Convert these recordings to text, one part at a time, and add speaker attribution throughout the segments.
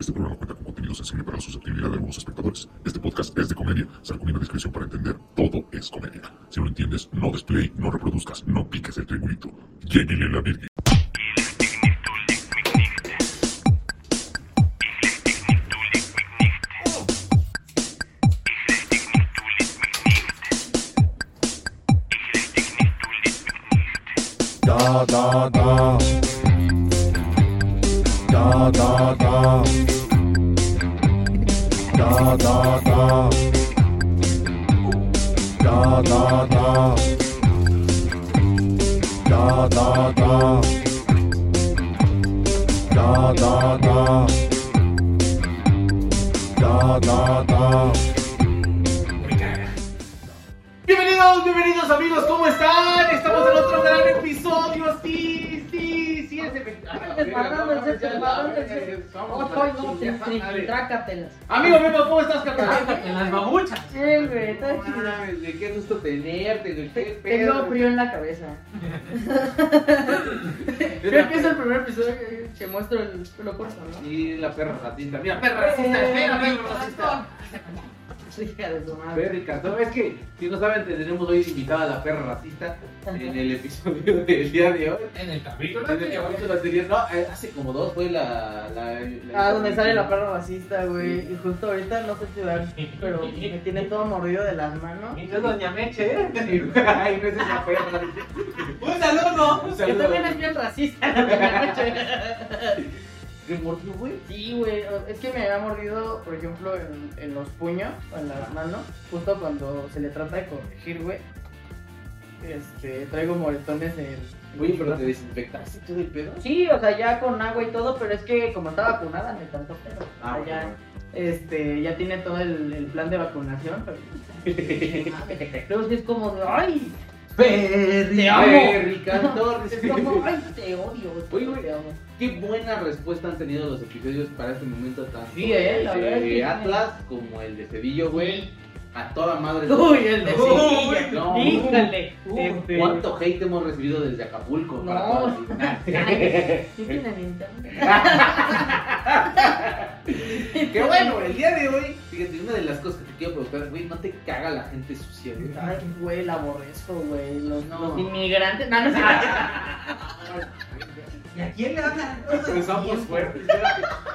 Speaker 1: Este sensible para la susceptibilidad de algunos espectadores. Este podcast es de comedia. Se recomienda discreción para entender. Todo es comedia. Si no entiendes, no display, no reproduzcas, no piques el triangulito. Lléguele la virgen.
Speaker 2: Da da da. Da da da. Da da da. Da da da. Da da da. Da da da. Da da da.
Speaker 3: Bienvenidos, bienvenidos amigos, ¿cómo están? Estamos en otro gran episodio, sí, sí, sí, es Ah, efectivo.
Speaker 4: Trácatelas.
Speaker 3: Amigo Memo, ¿cómo estás, carnal?
Speaker 4: las mamuchas. Sí, güey, está
Speaker 5: No
Speaker 4: chido.
Speaker 5: mames, de qué gusto tenerte, de qué
Speaker 4: Tengo
Speaker 5: pedo.
Speaker 4: frío en la cabeza. Yo empiezo el primer episodio que te muestro el pelo corto, ¿no?
Speaker 5: Y la perra ratita. Mira,
Speaker 3: Eh,
Speaker 5: perra racista, espera, perra racista.
Speaker 4: Sí, hija de su madre.
Speaker 5: Perricas, no, es que si no saben, tendremos hoy invitada a la perra racista en el episodio del día de hoy.
Speaker 6: En el capítulo.
Speaker 5: En el capítulo anterior, no, eh, hace como dos fue la. la, la-
Speaker 4: Ah, donde sale la perra racista, güey. Y justo ahorita no sé si ver, pero me tiene todo mordido de las manos.
Speaker 5: Y no es Doña Meche, ¿eh? Ay, no es esa perra. ¡Un saludo! ¡Un
Speaker 4: Que también es
Speaker 5: saludo!
Speaker 4: bien racista. la perra noche.
Speaker 5: ¿Te mordió, güey?
Speaker 4: Sí, güey, o- es que me había mordido, por ejemplo, en, en los puños o en las manos, justo cuando se le trata de corregir, güey. Este, traigo moretones en.
Speaker 5: Oye, pero te desinfectaste todo el pedo.
Speaker 4: Sí, o sea, ya con agua y todo, pero es que como está vacunada, me tanto pedo.
Speaker 5: Ah,
Speaker 4: O sea, ya,
Speaker 5: bueno.
Speaker 4: este, ya tiene todo el, el plan de vacunación, pero. Pero sí es como de, ¡ay! ¡Te amo!
Speaker 5: Perricas, Torres.
Speaker 4: Es como, ¡ay, te odio! güey,
Speaker 5: Oye, güey.
Speaker 4: te amo.
Speaker 5: Qué buena respuesta han tenido los episodios para este momento tanto
Speaker 4: Sí, eh, la
Speaker 5: el
Speaker 4: verdad es que sí.
Speaker 5: de Atlas como el de Cedillo, güey. A toda madre.
Speaker 4: ¡Uy, el de
Speaker 5: Uy,
Speaker 4: Sevilla,
Speaker 5: no.
Speaker 4: ¡Híjole!
Speaker 5: Uy,
Speaker 4: Este-
Speaker 5: ¿Cuánto hate hemos recibido desde Acapulco?
Speaker 4: No.
Speaker 5: para todas las-
Speaker 4: ¿Quién tiene internet?
Speaker 5: Qué bueno, el día de hoy, fíjate, una de las cosas que te quiero preguntar, güey, no te caga la gente sucia, güey.
Speaker 4: Ay, güey, la aborrezco, güey. Los,
Speaker 5: No.
Speaker 4: los inmigrantes. No, no sé.
Speaker 6: ¿Y a quién le dan
Speaker 5: Empezamos fuerte.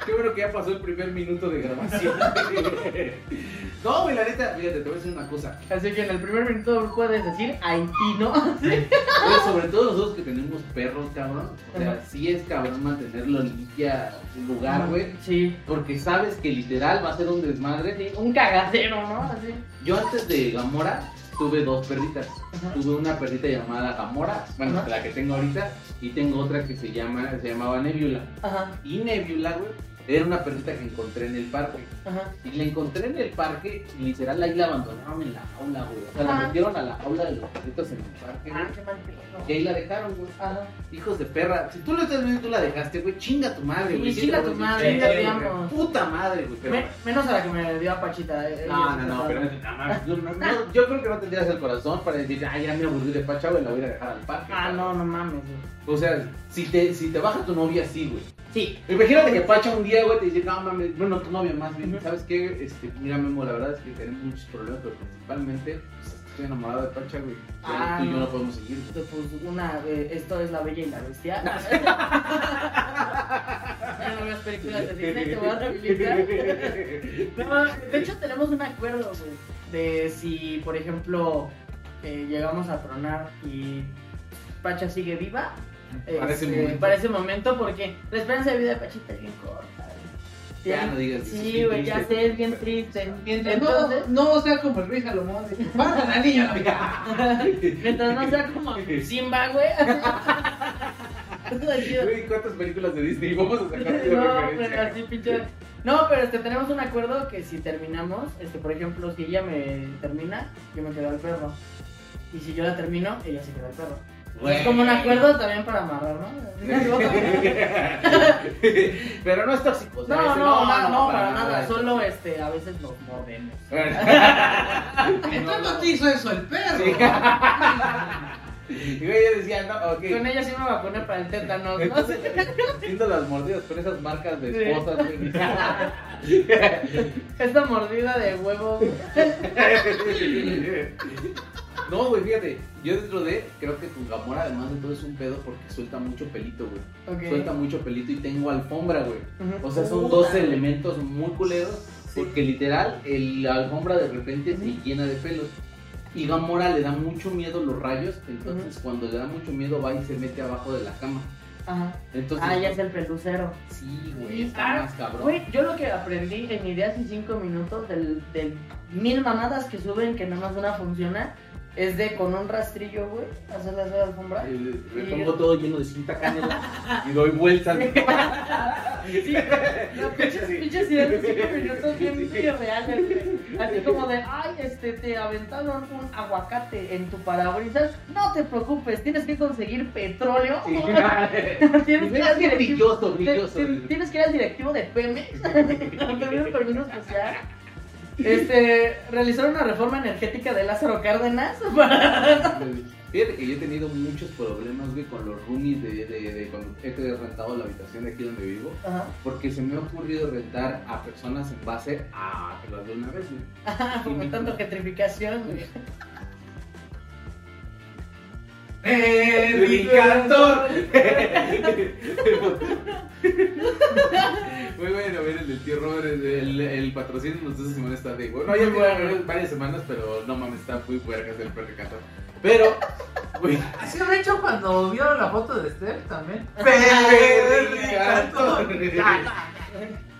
Speaker 5: Qué bueno que ya pasó el primer minuto de grabación. No, güey, la neta, fíjate, te voy a decir una cosa.
Speaker 4: Así que en el primer minuto puedes decir Haití, ¿no?
Speaker 5: Oye, sobre todo nosotros que tenemos perros, cabrón. O sea, sí es cabrón mantenerlo limpia un lugar, güey.
Speaker 4: Sí.
Speaker 5: Porque sabes que literal va a ser un desmadre.
Speaker 4: Sí, Un cagacero, ¿no? Así.
Speaker 5: Yo antes de Gamora tuve dos perritas. Tuve una perrita llamada Gamora, bueno,
Speaker 4: Ajá.
Speaker 5: la que tengo ahorita, y tengo otra que se llama, se llamaba Nebula.
Speaker 4: Ajá,
Speaker 5: Y Nebula, güey, era una perrita que encontré en el parque.
Speaker 4: ajá.
Speaker 5: Y la encontré en el parque y literal ahí la abandonaron en la jaula, güey. O sea, la
Speaker 4: Ajá.
Speaker 5: metieron a la jaula de los perritos en el parque, güey.
Speaker 4: Ah, qué mal pedo.
Speaker 5: Y ahí la dejaron, güey.
Speaker 4: Ajá.
Speaker 5: Hijos de perra, si tú lo estás viendo y tú la dejaste, güey, chinga tu madre,
Speaker 4: Sí,
Speaker 5: güey.
Speaker 4: chinga
Speaker 5: te
Speaker 4: tu
Speaker 5: voy
Speaker 4: madre,
Speaker 5: decir,
Speaker 4: ya
Speaker 5: "Chinga,
Speaker 4: te
Speaker 5: güey,
Speaker 4: amo".
Speaker 5: Puta madre, güey. Pero...
Speaker 4: Me- menos a la que me dio a Pachita. eh,
Speaker 5: No,
Speaker 4: ella
Speaker 5: no,
Speaker 4: sí
Speaker 5: no,
Speaker 4: estaba-
Speaker 5: pero no, no, no, yo creo que no tendrías el corazón para decir, ay, ya me aburrí de Pacha, güey, la voy a dejar al parque.
Speaker 4: Ah,
Speaker 5: güey".
Speaker 4: no, no mames, güey.
Speaker 5: O sea, si te, si te baja tu novia así, güey.
Speaker 4: Sí.
Speaker 5: Imagínate que Pacha un día, güey, te dice, no mames, bueno, tu novia más bien, ¿sabes qué? Este, mira, Memo, la verdad es que tenemos muchos problemas, pero principalmente pues, estoy enamorado de Pacha, güey. Pero
Speaker 4: Ah,
Speaker 5: tú y yo
Speaker 4: no.
Speaker 5: no podemos seguir, güey".
Speaker 4: Pues una, eh, esto es la bella y la bestia. Bueno, las películas de Disney te voy a rehabilitar. No, de hecho tenemos un acuerdo, güey, de si, por ejemplo, eh, llegamos a tronar y Pacha sigue viva,
Speaker 5: Para ese
Speaker 4: este,
Speaker 5: momento.
Speaker 4: para ese momento, porque la esperanza de vida de Pachita es bien corta. güey.
Speaker 5: Ya no digas eso, es
Speaker 4: Sí,
Speaker 5: bien
Speaker 4: güey, ya
Speaker 5: triste.
Speaker 4: sé, es bien triste.
Speaker 6: Mientras
Speaker 4: Entonces-
Speaker 6: no, no sea como el Luis Salomón, de, ¡Vamos al niño a la vida!
Speaker 4: Mientras no sea como Simba, güey.
Speaker 5: Güey, ¿cuántas películas de Disney vamos a sacar de
Speaker 4: No, pero
Speaker 5: referencia?
Speaker 4: así, pinche- No, pero este, tenemos un acuerdo que si terminamos, este, por ejemplo, si ella me termina, yo me quedo al perro. Y si yo la termino, ella se queda al perro.
Speaker 5: Güey.
Speaker 4: Es como un acuerdo también para amarrar, ¿no?
Speaker 5: Pero no es tóxico. o sea,
Speaker 4: No, no,
Speaker 5: ese-
Speaker 4: no, no, para nada. Solo este, a veces nos mordemos.
Speaker 5: Bueno.
Speaker 6: Entonces no te hizo eso el perro.
Speaker 5: Sí. Y güey, yo decía, no, ok.
Speaker 4: Con ella sí me voy a poner para el tétano. No
Speaker 5: Entonces,
Speaker 4: sé.
Speaker 5: Siento las mordidas, pero esas marcas
Speaker 4: Sí.
Speaker 5: de esposas, güey.
Speaker 4: Esta mordida de huevo.
Speaker 5: No, güey, fíjate, yo dentro de, creo que tu Gamora además de todo es un pedo porque suelta mucho pelito, güey.
Speaker 4: Ok.
Speaker 5: Suelta mucho pelito y tengo alfombra, güey.
Speaker 4: Ujú.
Speaker 5: O sea, son
Speaker 4: Puta.
Speaker 5: dos elementos muy culeros
Speaker 4: Sí.
Speaker 5: porque literal el- la alfombra de repente se llena de pelos. Y Gamora le da mucho miedo los rayos, entonces cuando le da mucho miedo va y se mete abajo de la cama.
Speaker 4: Ajá.
Speaker 5: Entonces,
Speaker 4: Ah, ya es el pelucero.
Speaker 5: sí, güey, está
Speaker 4: Ah,
Speaker 5: más cabrón.
Speaker 4: Güey, yo lo que aprendí en ideas en 5 minutos del, del mil mamadas que suben que nada más una funciona es de con un rastrillo, güey, hacer la sola alfombra.
Speaker 5: Y le- Me pongo todo lleno de cinta canela y doy vueltas.
Speaker 4: Sí, no, pinches, pinches ideas de 5 minutos bien irreales, güey. Así como de, ay, este, te aventaron un aguacate en tu parabrisas. No te preocupes, tienes que conseguir petróleo.
Speaker 5: Sí.
Speaker 4: tienes que ir al directivo-
Speaker 5: brilloso,
Speaker 4: te-
Speaker 5: brilloso.
Speaker 4: te- Tienes que ir al directivo de Pemex. No te dieron permiso especial. Este, realizar una reforma energética de Lázaro Cárdenas.
Speaker 5: Fíjate que yo he tenido muchos problemas, güey, con los roomies de, de, de cuando he rentado la habitación de aquí donde vivo.
Speaker 4: Ajá.
Speaker 5: Porque se me ha ocurrido rentar a personas en base a que las de una vez, güey.
Speaker 4: Fomentando Ah, gentrificación. güey.
Speaker 5: ¡El Vicantor! Muy bueno, ver el del tío Robert, el, el, el patrocinio nos esta semana está de bueno, ya
Speaker 4: Muy
Speaker 5: tiene
Speaker 4: bueno.
Speaker 5: varias semanas, pero no mames, está muy vergas el perro Vicantor. Pero, güey,
Speaker 6: Así lo han hecho cuando vieron la foto de Steph también.
Speaker 5: perro Vicantor.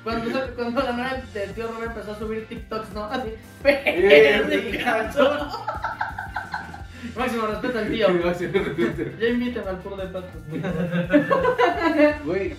Speaker 4: Cuando, cuando ganó el, el tío Robert empezó a subir TikToks, ¿no? Así.
Speaker 5: Perro
Speaker 4: Perdicantor. Máximo respeto al tío. Ya invítame al puro de patos.
Speaker 5: Güey,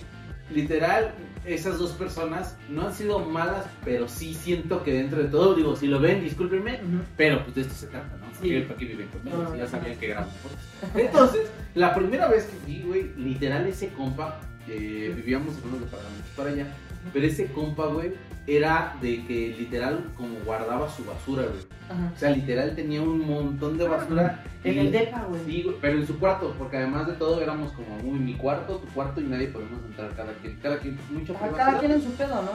Speaker 5: literal, esas dos personas no han sido malas, pero sí siento que dentro de todo, digo, si lo ven, discúlpenme, pero pues de esto se trata, ¿no?
Speaker 4: Sí.
Speaker 5: Porque aquí viven conmigo,
Speaker 4: No,
Speaker 5: si ya
Speaker 4: no.
Speaker 5: sabían que grabamos podcast. Entonces, la primera vez que vi, güey, literal ese compa, eh, vivíamos en unos departamentos para allá, pero ese compa, güey, era de que literal como guardaba su basura, güey.
Speaker 4: Ajá.
Speaker 5: O sea, literal tenía un montón de basura.
Speaker 4: Ah, En
Speaker 5: y-
Speaker 4: el depa, güey. Ah,
Speaker 5: Sí, güey, pero en su cuarto, porque además de todo éramos como muy mi cuarto, tu cuarto y nadie podemos entrar cada quien. Cada quien, mucho
Speaker 4: Ajá,
Speaker 5: privacidad.
Speaker 4: Cada quien en su pedo, ¿no?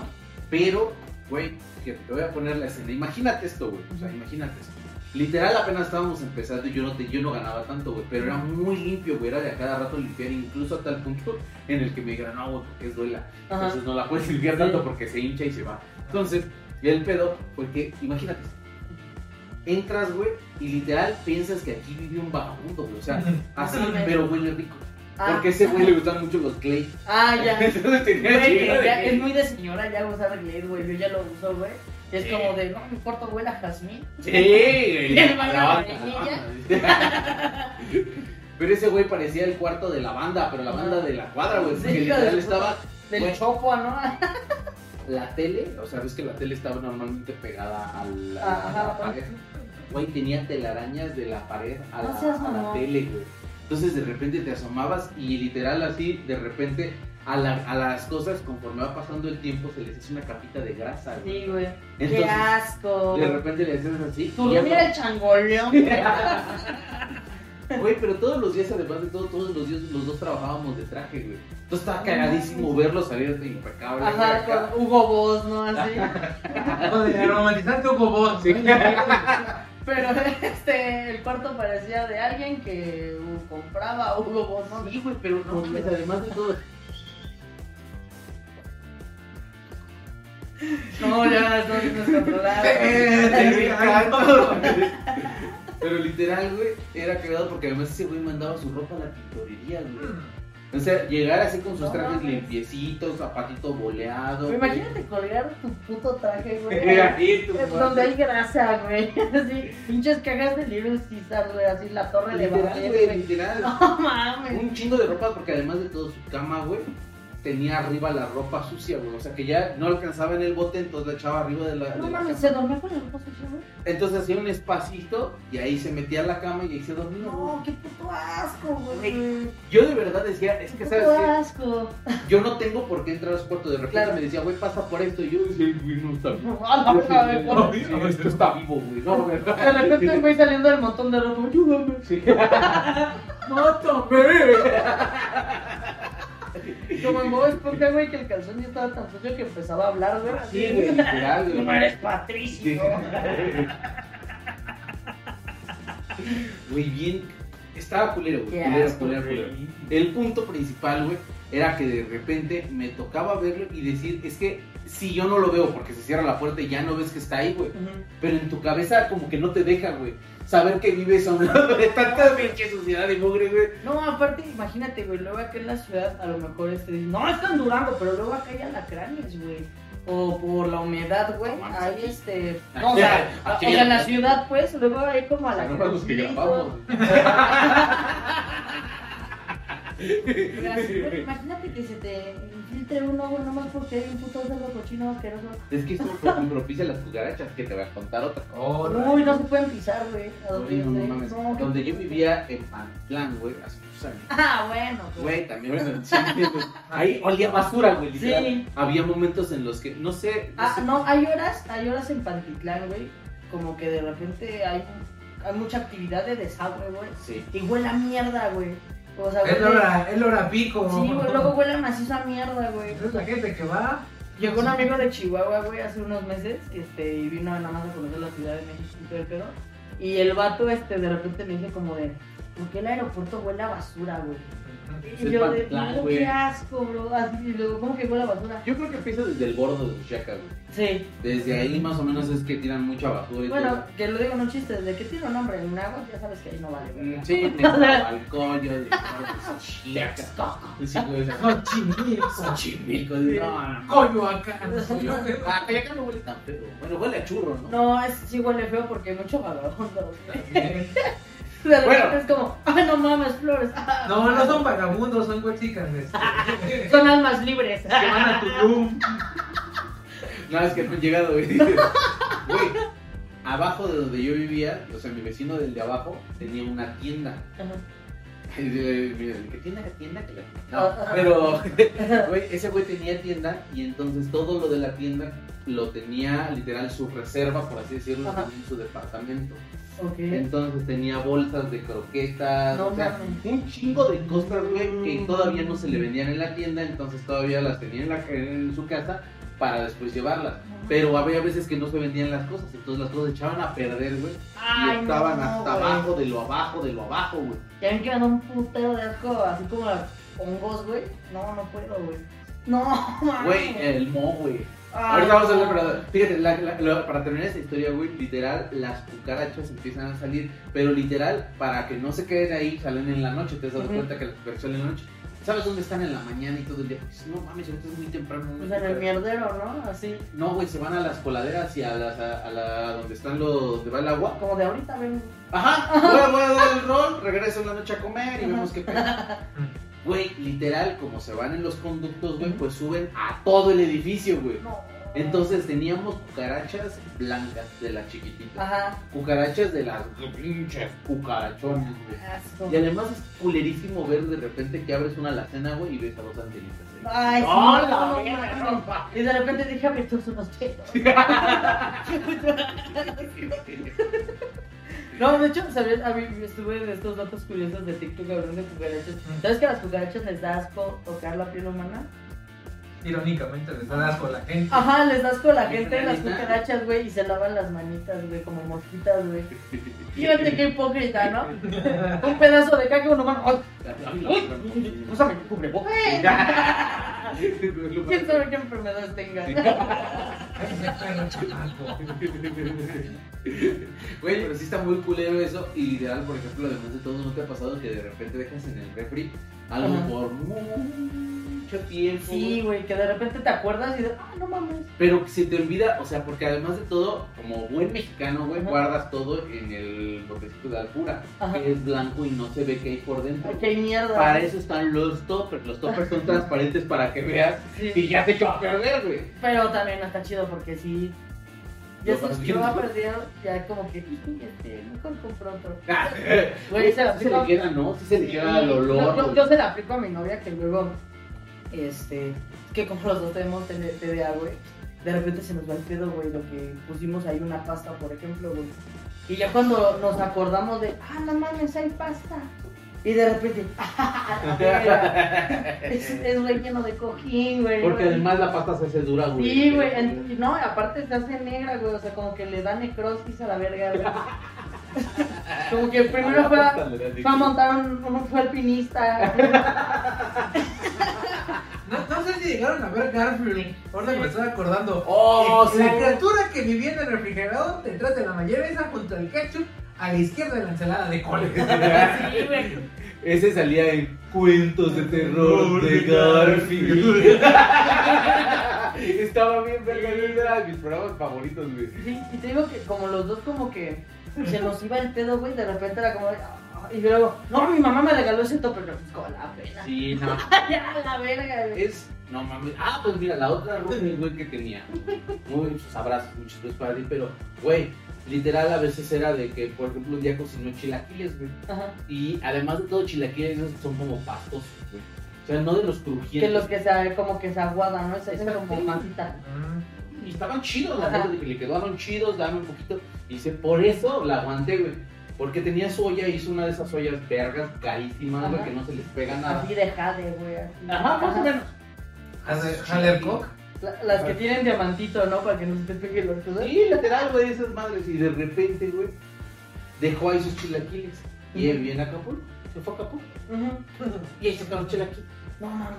Speaker 5: Pero, güey, que te voy a poner la escena. Imagínate esto, güey. O sea, imagínate esto. Literal, apenas estábamos empezando y yo no, te, yo no ganaba tanto, güey. Pero era muy limpio, güey. Era de a cada rato limpiar, incluso a tal punto en el que me dijeron, no, güey, porque es duela.
Speaker 4: Ajá.
Speaker 5: Entonces no la puedes limpiar
Speaker 4: Sí.
Speaker 5: tanto porque se hincha y se va. Entonces, el pedo, porque imagínate. Entras, güey, y literal piensas que aquí vive un vagabundo, güey. O sea, así, pero huele rico.
Speaker 4: Ah.
Speaker 5: Porque a ese güey le gustan mucho los clay.
Speaker 4: Ah, ya.
Speaker 5: Entonces tenía
Speaker 4: Güey,
Speaker 5: chingo de
Speaker 4: ya
Speaker 5: clay.
Speaker 4: es muy de señora ya usar Glade, güey. Yo ya lo uso, güey. Y Es como de, no, mi cuarto huele a jazmín.
Speaker 5: Sí, güey.
Speaker 4: Le van a
Speaker 5: La
Speaker 4: la
Speaker 5: banda, la banda. Ah, Pero ese güey parecía el cuarto de la banda, pero la banda de la cuadra, güey.
Speaker 4: Sí,
Speaker 5: porque
Speaker 4: hijo de
Speaker 5: literal
Speaker 4: puta.
Speaker 5: estaba
Speaker 4: Del
Speaker 5: Güey.
Speaker 4: chopo, ¿no? Ajá,
Speaker 5: la tele, o sea, ves que la tele estaba normalmente pegada a la, a la
Speaker 4: Ajá,
Speaker 5: pared. Güey, tenía telarañas de la pared a
Speaker 4: No
Speaker 5: la,
Speaker 4: seas
Speaker 5: a la
Speaker 4: mamón.
Speaker 5: tele, güey. Entonces de repente te asomabas y literal así, de repente a, la- a las cosas, conforme va pasando el tiempo, se les hace una capita de grasa, güey.
Speaker 4: Sí, güey. Qué
Speaker 5: Entonces,
Speaker 4: asco.
Speaker 5: de repente le haces así.
Speaker 4: Tú
Speaker 5: y ya
Speaker 4: mira el changoleón. güey.
Speaker 5: Güey, pero todos los días, además de todo, todos los días los dos trabajábamos de traje, güey. Entonces estaba cagadísimo verlos salir de impecable. güey,
Speaker 4: Ajá,
Speaker 5: acá.
Speaker 4: con Hugo Boss, ¿no? Así.
Speaker 6: Joder, romantizante Hugo Boss.
Speaker 5: Sí.
Speaker 4: Pero este, el cuarto parecía de alguien que uh, compraba Hugo Boss, ¿no?
Speaker 5: Sí, güey, pero no mames, además de todo.
Speaker 4: No, ya, no, no es controlado.
Speaker 5: pero literal, güey, era cagado porque además ese güey mandaba su ropa a la tintorería, güey. O sea, llegar así con sus
Speaker 4: Mm. No
Speaker 5: trajes
Speaker 4: mames.
Speaker 5: limpiecitos, zapatito boleado. güey.
Speaker 4: Imagínate colgar tu puto traje, güey.
Speaker 5: Era ahí, tu
Speaker 4: Es
Speaker 5: madre.
Speaker 4: Donde hay grasa, güey. Así, pinches cagas de Little Caesar, güey. Así la torre de
Speaker 5: Literal,
Speaker 4: Babel,
Speaker 5: güey,
Speaker 4: güey.
Speaker 5: literal.
Speaker 4: No mames.
Speaker 5: un chingo de ropa porque además de todo su cama, güey, tenía arriba la ropa sucia, güey. O sea que ya no alcanzaba en el bote, entonces la echaba arriba de la.
Speaker 4: No
Speaker 5: de la
Speaker 4: mames,
Speaker 5: cama.
Speaker 4: se dormía con la ropa sucia, güey.
Speaker 5: Entonces hacía un espacito y ahí se metía a la cama y ahí se dormía, güey.
Speaker 4: No, qué puto asco, güey.
Speaker 5: Güey, Yo de verdad decía, es
Speaker 4: Qué
Speaker 5: que sabes
Speaker 4: puto
Speaker 5: qué?
Speaker 4: asco.
Speaker 5: yo no tengo por qué entrar a los cuartos. De repente
Speaker 4: Claro.
Speaker 5: me decía, güey, pasa por esto. Y yo decía, "Ay, güey, no está vivo.
Speaker 4: No, a la verga, güey.
Speaker 5: No, sí, esto está vivo, güey. No, güey.
Speaker 4: De repente, güey, saliendo del montón de ropa. Ayúdame.
Speaker 5: Sí.
Speaker 4: ¡No tomé! Como en Bob Esponja, güey, que el calzón ya estaba tan sucio que empezaba a hablar, güey.
Speaker 5: Sí, güey, literal, güey.
Speaker 4: No eres Patricio.
Speaker 5: Güey, bien. Estaba culero, güey.
Speaker 4: Qué
Speaker 5: culero,
Speaker 4: asco,
Speaker 5: culero,
Speaker 4: güey.
Speaker 5: culero. El punto principal, güey, era que de repente me tocaba verlo y decir, es que si yo no lo veo porque se cierra la puerta y ya no ves que está ahí, güey. Pero en tu cabeza como que no te deja, güey. Saber que vives a un lado de tanta pinche suciedad y mugre, güey.
Speaker 4: No, aparte, imagínate, güey, luego acá en la ciudad a lo mejor este dice, no, es en Durango, pero luego acá hay alacranes, güey. O por la humedad, güey,
Speaker 5: No,
Speaker 4: hay
Speaker 5: aquí-
Speaker 4: este... No, o sea,
Speaker 5: aquí
Speaker 4: o sea,
Speaker 5: hay-
Speaker 4: en la ciudad, pues, luego hay
Speaker 5: No
Speaker 4: como alacranes.
Speaker 5: los que grabamos.
Speaker 4: Pero, Imagínate que se te infiltre un ojo nomás porque hay un puto cerdo cochino asqueroso.
Speaker 5: Es que esto pro- propicia las cucarachas, que te voy a contar otra.
Speaker 4: Uy, no se pueden pisar, güey. a donde
Speaker 5: Güey,
Speaker 4: yo
Speaker 5: no
Speaker 4: sé.
Speaker 5: mames.
Speaker 4: No, qué-
Speaker 5: Donde yo vivía en Pantlán, güey, hace muchos años.
Speaker 4: Ah, bueno. pues.
Speaker 5: Güey, también bueno, sí, güey. Ahí olía basura, güey, literal.
Speaker 4: Sí.
Speaker 5: Había momentos en los que, no sé, no
Speaker 4: Ah,
Speaker 5: sé,
Speaker 4: no, hay horas, hay horas en Pantitlán, güey. Como que de repente hay, hay mucha actividad de desagüe, güey.
Speaker 5: Sí.
Speaker 4: Y huele a mierda, güey. O sea,
Speaker 6: Es
Speaker 4: huele-
Speaker 6: la hora, es la hora pico.
Speaker 4: Sí, güey, luego huele a macizo a mierda, güey.
Speaker 6: Esa Es la gente que va.
Speaker 4: Llegó un amigo de Chihuahua, güey, hace unos meses, este, y vino nada más a conocer la Ciudad de México y todo el pedo. Y el vato, este, de repente me dice como de, ¿por qué el aeropuerto huele a basura, güey?
Speaker 5: Es
Speaker 4: Y yo de,
Speaker 5: Pantlán,
Speaker 4: "No,
Speaker 5: güey.
Speaker 4: qué asco, bro, así, y luego, ¿cómo que huele a basura?
Speaker 5: Yo creo que empieza desde el bordo de Oaxaca, güey.
Speaker 4: Sí,
Speaker 5: Desde ahí más o menos es que tiran mucha basura y
Speaker 4: bueno,
Speaker 5: todo.
Speaker 4: que lo digo, no chistes, ¿de qué tiro nombre? En agua, ya sabes que ahí no vale, güey.
Speaker 5: Mm, Sí, de alcohol, yo de Oaxaca. Sí, güey,
Speaker 6: Con chimizo.
Speaker 5: Xochimilco, no, no.
Speaker 6: Coño acá.
Speaker 5: Ah, Coyoacán no huele tan feo. Bueno, huele a churro, ¿no?
Speaker 4: No, es, sí huele feo porque hay mucho vagabundo, güey. De
Speaker 5: Bueno.
Speaker 4: repente es como, ah, no mames, flores, ah,
Speaker 6: No, no son vagabundos, son huexicas. este.
Speaker 4: son almas libres.
Speaker 5: que van a tu room. No, es que no han llegado, güey. Güey, abajo de donde yo vivía, o sea, mi vecino del de abajo tenía una tienda. Y de- mira, ¿Qué tienda? ¿Qué tienda? Que la- No, pero, güey, ese güey tenía tienda y entonces todo lo de la tienda lo tenía literal su reserva, por así decirlo,
Speaker 4: Ajá.
Speaker 5: en su departamento.
Speaker 4: Ok.
Speaker 5: Entonces tenía bolsas de croquetas,
Speaker 4: No
Speaker 5: o sea,
Speaker 4: mames. Mm.
Speaker 5: un chingo de cosas, güey, que todavía no se le vendían en la tienda, entonces todavía las tenía en, la- en su casa para después llevarlas. Pero había veces que no se vendían las cosas, entonces las cosas se echaban a perder, güey, y
Speaker 4: Ay,
Speaker 5: estaban
Speaker 4: no,
Speaker 5: hasta
Speaker 4: güey.
Speaker 5: abajo de lo abajo, de lo abajo, güey.
Speaker 4: Ya ven que me da un putero de asco, así como las hongos, güey. No, no puedo, güey. No, mames. Ah,
Speaker 5: Güey, el mo, güey.
Speaker 4: Ay,
Speaker 5: Ahorita vamos a hablar,
Speaker 4: no.
Speaker 5: pero fíjate, la- la- la- para terminar esta historia, güey, literal, las cucarachas empiezan a salir, pero literal, para que no se queden ahí, salen en la noche, te has dado
Speaker 4: Ujú.
Speaker 5: cuenta que las cucarachas salen en la noche. ¿Sabes dónde están en la mañana y todo el día? Pues, no mames, ahorita es muy temprano. no
Speaker 4: Pues
Speaker 5: hay
Speaker 4: en el
Speaker 5: cucarachas.
Speaker 4: mierdero, ¿no? Así,
Speaker 5: No, güey, se van a las coladeras y a, las, a, a la, donde están los, donde va el agua.
Speaker 4: como de ahorita ven.
Speaker 5: Ajá, voy a, voy a dar el rol, regreso en la noche a comer y
Speaker 4: Ajá.
Speaker 5: vemos qué pedo. Güey, literal, como se van en los conductos, güey, pues suben a todo el edificio, güey.
Speaker 4: No.
Speaker 5: Entonces teníamos cucarachas blancas de las chiquititas.
Speaker 4: Ajá,
Speaker 5: Cucarachas de las pinches cucarachonas, güey.
Speaker 4: asco.
Speaker 5: Y además es culerísimo ver de repente que abres una alacena, güey, y ves a dos angelitas. ahí.
Speaker 4: Ay, sí,
Speaker 5: ¡Hola,
Speaker 4: no, no, no,
Speaker 5: mierda,
Speaker 4: no. Y de repente dije, abre todos unos chetos. No, de hecho, ¿sabes? A mí estuve en estos datos curiosos de TikTok hablando de cucarachas. ¿Sabes que a las cucarachas les da asco tocar la piel humana?
Speaker 6: Irónicamente les da asco a la gente.
Speaker 4: Ajá, les das con la gente
Speaker 5: Literal,
Speaker 4: las
Speaker 5: neta.
Speaker 4: cucarachas, güey, y se lavan las manitas, güey, como mosquitas, güey. Fíjate qué hipócrita, ¿no? Un pedazo de caca, un humano. ¡Ay!
Speaker 5: Uy,
Speaker 4: Úsame tu cubrebocas. ¿Quién sabe qué enfermedades tenga?
Speaker 6: Ay, qué perro chamaco.
Speaker 5: Güey, pero sí está muy culero eso. Y literal, por ejemplo, además de todo, ¿no te ha pasado que de repente dejas en el refri algo
Speaker 4: Ajá.
Speaker 5: por mucho tiempo?
Speaker 4: Sí, güey, que de repente te acuerdas y dices, ah, no mames.
Speaker 5: Pero que se te olvida, o sea, porque además de todo, como buen mexicano, güey,
Speaker 4: Ajá.
Speaker 5: guardas todo en el botecito de alpura,
Speaker 4: Ajá.
Speaker 5: que es blanco y no se ve qué hay por dentro.
Speaker 4: Ay, qué mierda.
Speaker 5: Para eso están los toppers, los toppers son transparentes para que veas
Speaker 4: Sí.
Speaker 5: y ya te echó a perder, güey.
Speaker 4: Pero también no está chido porque sí.
Speaker 5: Lo
Speaker 4: Yo, sí-
Speaker 5: vas
Speaker 4: yo
Speaker 5: viendo.
Speaker 4: me perdí, ya como que, "Hijo, este, mejor compro otro.
Speaker 5: Ah,
Speaker 4: Güey, se la-
Speaker 5: sí
Speaker 4: se
Speaker 5: se
Speaker 4: la-
Speaker 5: le queda, ¿no? Sí se le queda el olor. pues.
Speaker 4: No, yo,
Speaker 5: güey.
Speaker 4: yo se la aplico a mi novia que luego, este, que como los dos tenemos TD TDA, güey, de repente se nos va el pedo, güey, lo que pusimos ahí una pasta, por ejemplo, güey. Y ya cuando nos acordamos de, ah, no mames, hay pasta. Y de repente, ¡ah, la verga! es, es relleno de cojín, güey.
Speaker 5: Porque
Speaker 4: güey.
Speaker 5: además la pata se hace dura, güey.
Speaker 4: Sí, güey. ent- y No, aparte se hace negra, güey. O sea, como que le da necrosis a la verga, güey. Como que primero fue a, fue a montar un, un- fue alpinista.
Speaker 6: No, no sé si llegaron a ver Garfield. Ahora que me estoy acordando.
Speaker 5: Oh, sí.
Speaker 6: la criatura que vivía en el refrigerador detrás de la mayonesa junto al ketchup a la izquierda de la ensalada de col.
Speaker 4: Mm, Sí, güey.
Speaker 5: Ese salía en cuentos de terror de Garfield. Estaba bien verga, ese era de mis programas favoritos, güey.
Speaker 4: Sí, y te digo que como los dos como que se nos iba el pedo, güey, de repente era como... "Ah", Y luego, no, mi mamá me regaló ese tope, pero pues con la pena.
Speaker 5: Sí, no.
Speaker 4: Ya, la verga, güey.
Speaker 5: Es. No mames. Ah, pues mira, la otra roomie, güey, que tenía. Muchos abrazos, muchos besos para ti, pero, güey, literal a veces era de que, por ejemplo, un día cocinó chilaquiles, güey.
Speaker 4: Ajá.
Speaker 5: Y además de todo, chilaquiles esos son como pastosos, güey. O sea, no de los
Speaker 4: Que
Speaker 5: crujientes.
Speaker 4: los que se, como que se aguadan, ¿no? Se hacen
Speaker 5: Exacto.
Speaker 4: como masita.
Speaker 5: Y estaban chidos, la
Speaker 4: Ajá.
Speaker 5: verdad, de que le quedaron chidos, dame un poquito. Y dice, por eso la aguanté, güey. Porque tenía su olla, hizo una de esas ollas vergas carísimas, güey,
Speaker 4: Ajá.
Speaker 5: que no se les pega nada.
Speaker 4: Así de jade, güey. así.
Speaker 5: Ajá, más o menos.
Speaker 6: ¿Haller Cock?
Speaker 4: La- las que tienen diamantito, ¿no? Para que no se te peguen los cosas.
Speaker 5: Sí, lateral, güey, esas madres. Y de repente, güey, dejó ahí sus chilaquiles. Y él viene a Acapulco, se fue a Acapulco.
Speaker 4: Ujú.
Speaker 5: Y ahí sacaron chilaquiles.
Speaker 4: No mames.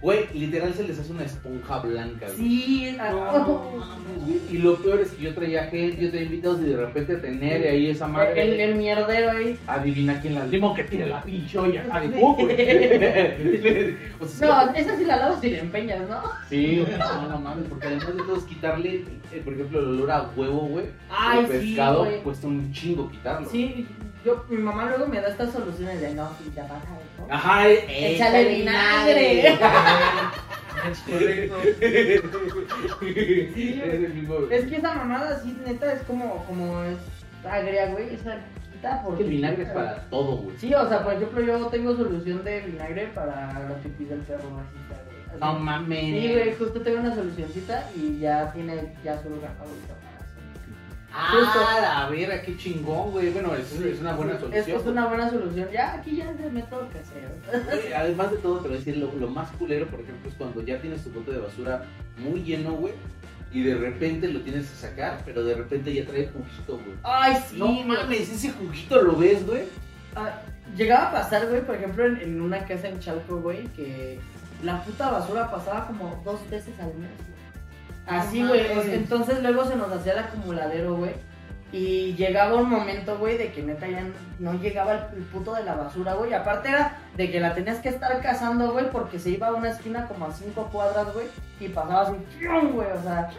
Speaker 5: Güey, literal se les hace una esponja blanca, güey.
Speaker 4: Sí, ah,
Speaker 5: No, mames, güey. Y lo peor es que yo traía gente, yo traía invitados y de repente tener ahí esa madre.
Speaker 4: el, el mierdero ahí.
Speaker 5: Adivina quién la limo que tiene la pinche olla. Ah, de
Speaker 4: Sí.
Speaker 5: cuco. O sea,
Speaker 4: No, esa sí la lavas y la empeñas, ¿no?
Speaker 5: Sí, güey, no, no mames, porque además de todo es quitarle, eh, por ejemplo, el olor a huevo, güey.
Speaker 4: Ay,
Speaker 5: el
Speaker 4: sí,
Speaker 5: pescado
Speaker 4: güey.
Speaker 5: cuesta un chingo quitarlo.
Speaker 4: Sí, yo, mi mamá luego me da estas soluciones de no, y ya vas a ver, ¿no?
Speaker 5: Ajá, eh,
Speaker 4: Échale e-, vinagre.
Speaker 6: Es correcto.
Speaker 5: Sí, es el mismo, güey.
Speaker 4: Es que esa mamada así, neta, es como, como es agria, güey, esa quita
Speaker 5: Es
Speaker 4: por
Speaker 5: que el vinagre es para todo, güey.
Speaker 4: Sí, o sea, por ejemplo, yo tengo solución de vinagre para la pipí del perro, así, güey. Así.
Speaker 5: No mames.
Speaker 4: Sí, güey, justo tengo una solucioncita y ya tiene, ya su lugar favorito para eso.
Speaker 5: Ah, la verga, qué chingón, güey. Bueno, es, es una buena
Speaker 4: Es-
Speaker 5: solución.
Speaker 4: Es una buena solución. Ya, aquí ya se meto lo que sea.
Speaker 5: Güey, Además de todo, te voy a decir, lo, lo más culero, por ejemplo, es cuando ya tienes tu bote de basura muy lleno, güey, y de repente lo tienes que sacar, pero de repente ya trae juguito, güey.
Speaker 4: Ay, sí,
Speaker 5: no
Speaker 4: güey.
Speaker 5: mames, ese juguito lo ves, güey.
Speaker 4: Ah, llegaba a pasar, güey, por ejemplo, en, en una casa en Chalco, güey, que la puta basura pasaba como dos veces al mes. güey. Así,
Speaker 6: No
Speaker 4: güey.
Speaker 6: mames.
Speaker 4: Entonces luego se nos hacía el acumuladero, güey. Y llegaba un momento, güey, de que neta ya no llegaba el, el puto de la basura, güey. Aparte era de que la tenías que estar cazando, güey, porque se iba a una esquina como a cinco cuadras, güey, y pasaba así, ¡fium!, güey, o sea,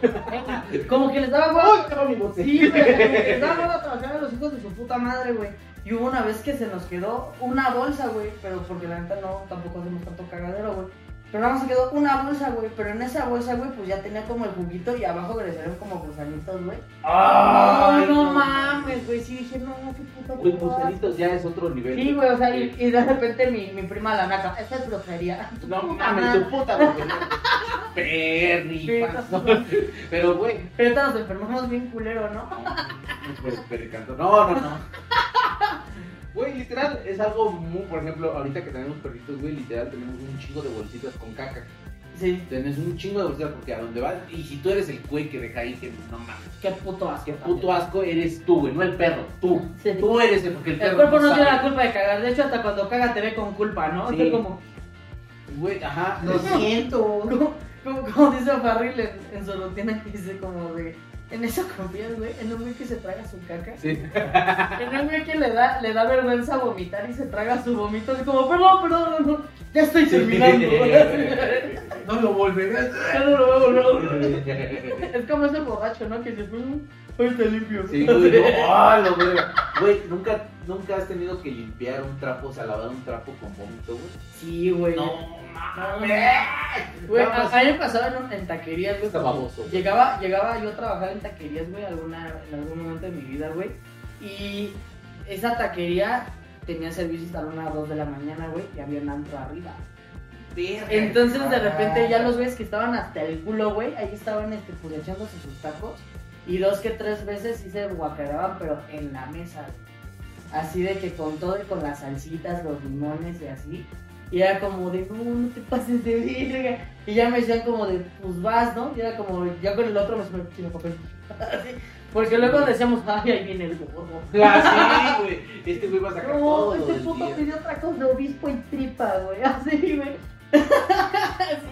Speaker 4: como que les daba huevo Sí, güey, como que les daba hueva trabajar a los hijos de su puta madre, güey. Y hubo una vez que se nos quedó una bolsa, güey, pero porque la neta no, tampoco hacemos tanto cagadero, güey. Pero nada más se quedó una bolsa, güey, pero en esa bolsa, güey, pues ya tenía como el juguito y abajo que le salieron como gusanitos, güey. ¡Ay, no, mames, güey! Sí, dije, no, qué puta
Speaker 5: Güey, pues,
Speaker 4: cosa.
Speaker 5: gusanitos ya es otro nivel.
Speaker 4: Sí, güey, o sea, y, y de repente mi, mi prima la naca, esta es brujería.
Speaker 5: No mames, tu puta, güey. Perri,
Speaker 4: Sí,
Speaker 5: paso. Pero, güey.
Speaker 4: Pero ahorita nos enfermamos bien culero, ¿no?
Speaker 5: No, pues, perricanto. No, no, no. Güey, literal, es algo muy, por ejemplo, ahorita que tenemos perritos, güey, literal tenemos un chingo de bolsitas con caca.
Speaker 4: Sí.
Speaker 5: Tenés un chingo de bolsitas porque a donde vas, y si tú eres el güey que deja ahí, que no mames,
Speaker 4: Qué puto asco.
Speaker 5: qué puto asco eres tú, güey, no el perro, tú.
Speaker 4: Sí.
Speaker 5: Tú eres el porque el perro.
Speaker 4: El cuerpo no tiene la
Speaker 5: sabe.
Speaker 4: culpa de cagar. De hecho, hasta cuando caga te ve con culpa, ¿no?
Speaker 5: Sí.
Speaker 4: O sea, como,
Speaker 5: Güey, ajá.
Speaker 6: Lo siento.
Speaker 4: como, como- como dice Farril en, en su rutina, que dice como de. En eso confías, güey. En un güey que se traga su caca.
Speaker 5: Sí.
Speaker 4: En un güey que le da, le da vergüenza vomitar y se traga su vomito. Es como, perdón, perdón, no, no, Ya estoy terminando.
Speaker 6: No lo volveré a hacer.
Speaker 4: Ya no lo hago, no. Es como ese borracho, ¿no? Que se fue. Hoy está limpio.
Speaker 5: Sí, güey, no, ah, la verga. Güey, ¿nunca, nunca has tenido que limpiar un trapo, o sea, lavar un trapo con vómito, güey.
Speaker 4: Sí, güey.
Speaker 5: mames.
Speaker 4: Güey,
Speaker 5: Nada
Speaker 4: a,
Speaker 5: más-
Speaker 4: a mí me pasaba en, un- en taquerías, güey.
Speaker 5: Está baboso, güey.
Speaker 4: Llegaba, llegaba yo a trabajar en taquerías, güey, alguna, en algún momento de mi vida, güey. Y esa taquería tenía servicio hasta la una o dos de la mañana, güey, y había un antro arriba. Entonces, de repente,
Speaker 5: Ah.
Speaker 4: ya los güeyes que estaban hasta el culo, güey, ahí estaban este, pues, echándose sus tacos. Y dos que tres veces sí se guacaraban, pero en la mesa, güey. así de que con todo y con las salsitas, los limones y así. Y era como de, no, no te pases de verga. Y ya me decían como de, pues vas, ¿no? Y era como, ya con el otro me subí papel. Así. Porque luego decíamos, ay, ahí viene el gordo.
Speaker 5: La- sí, güey. Este güey va a sacar
Speaker 4: No,
Speaker 5: todo.
Speaker 4: este
Speaker 5: el
Speaker 4: puto
Speaker 5: día.
Speaker 4: pidió tacos de obispo y tripa, güey. Así, güey.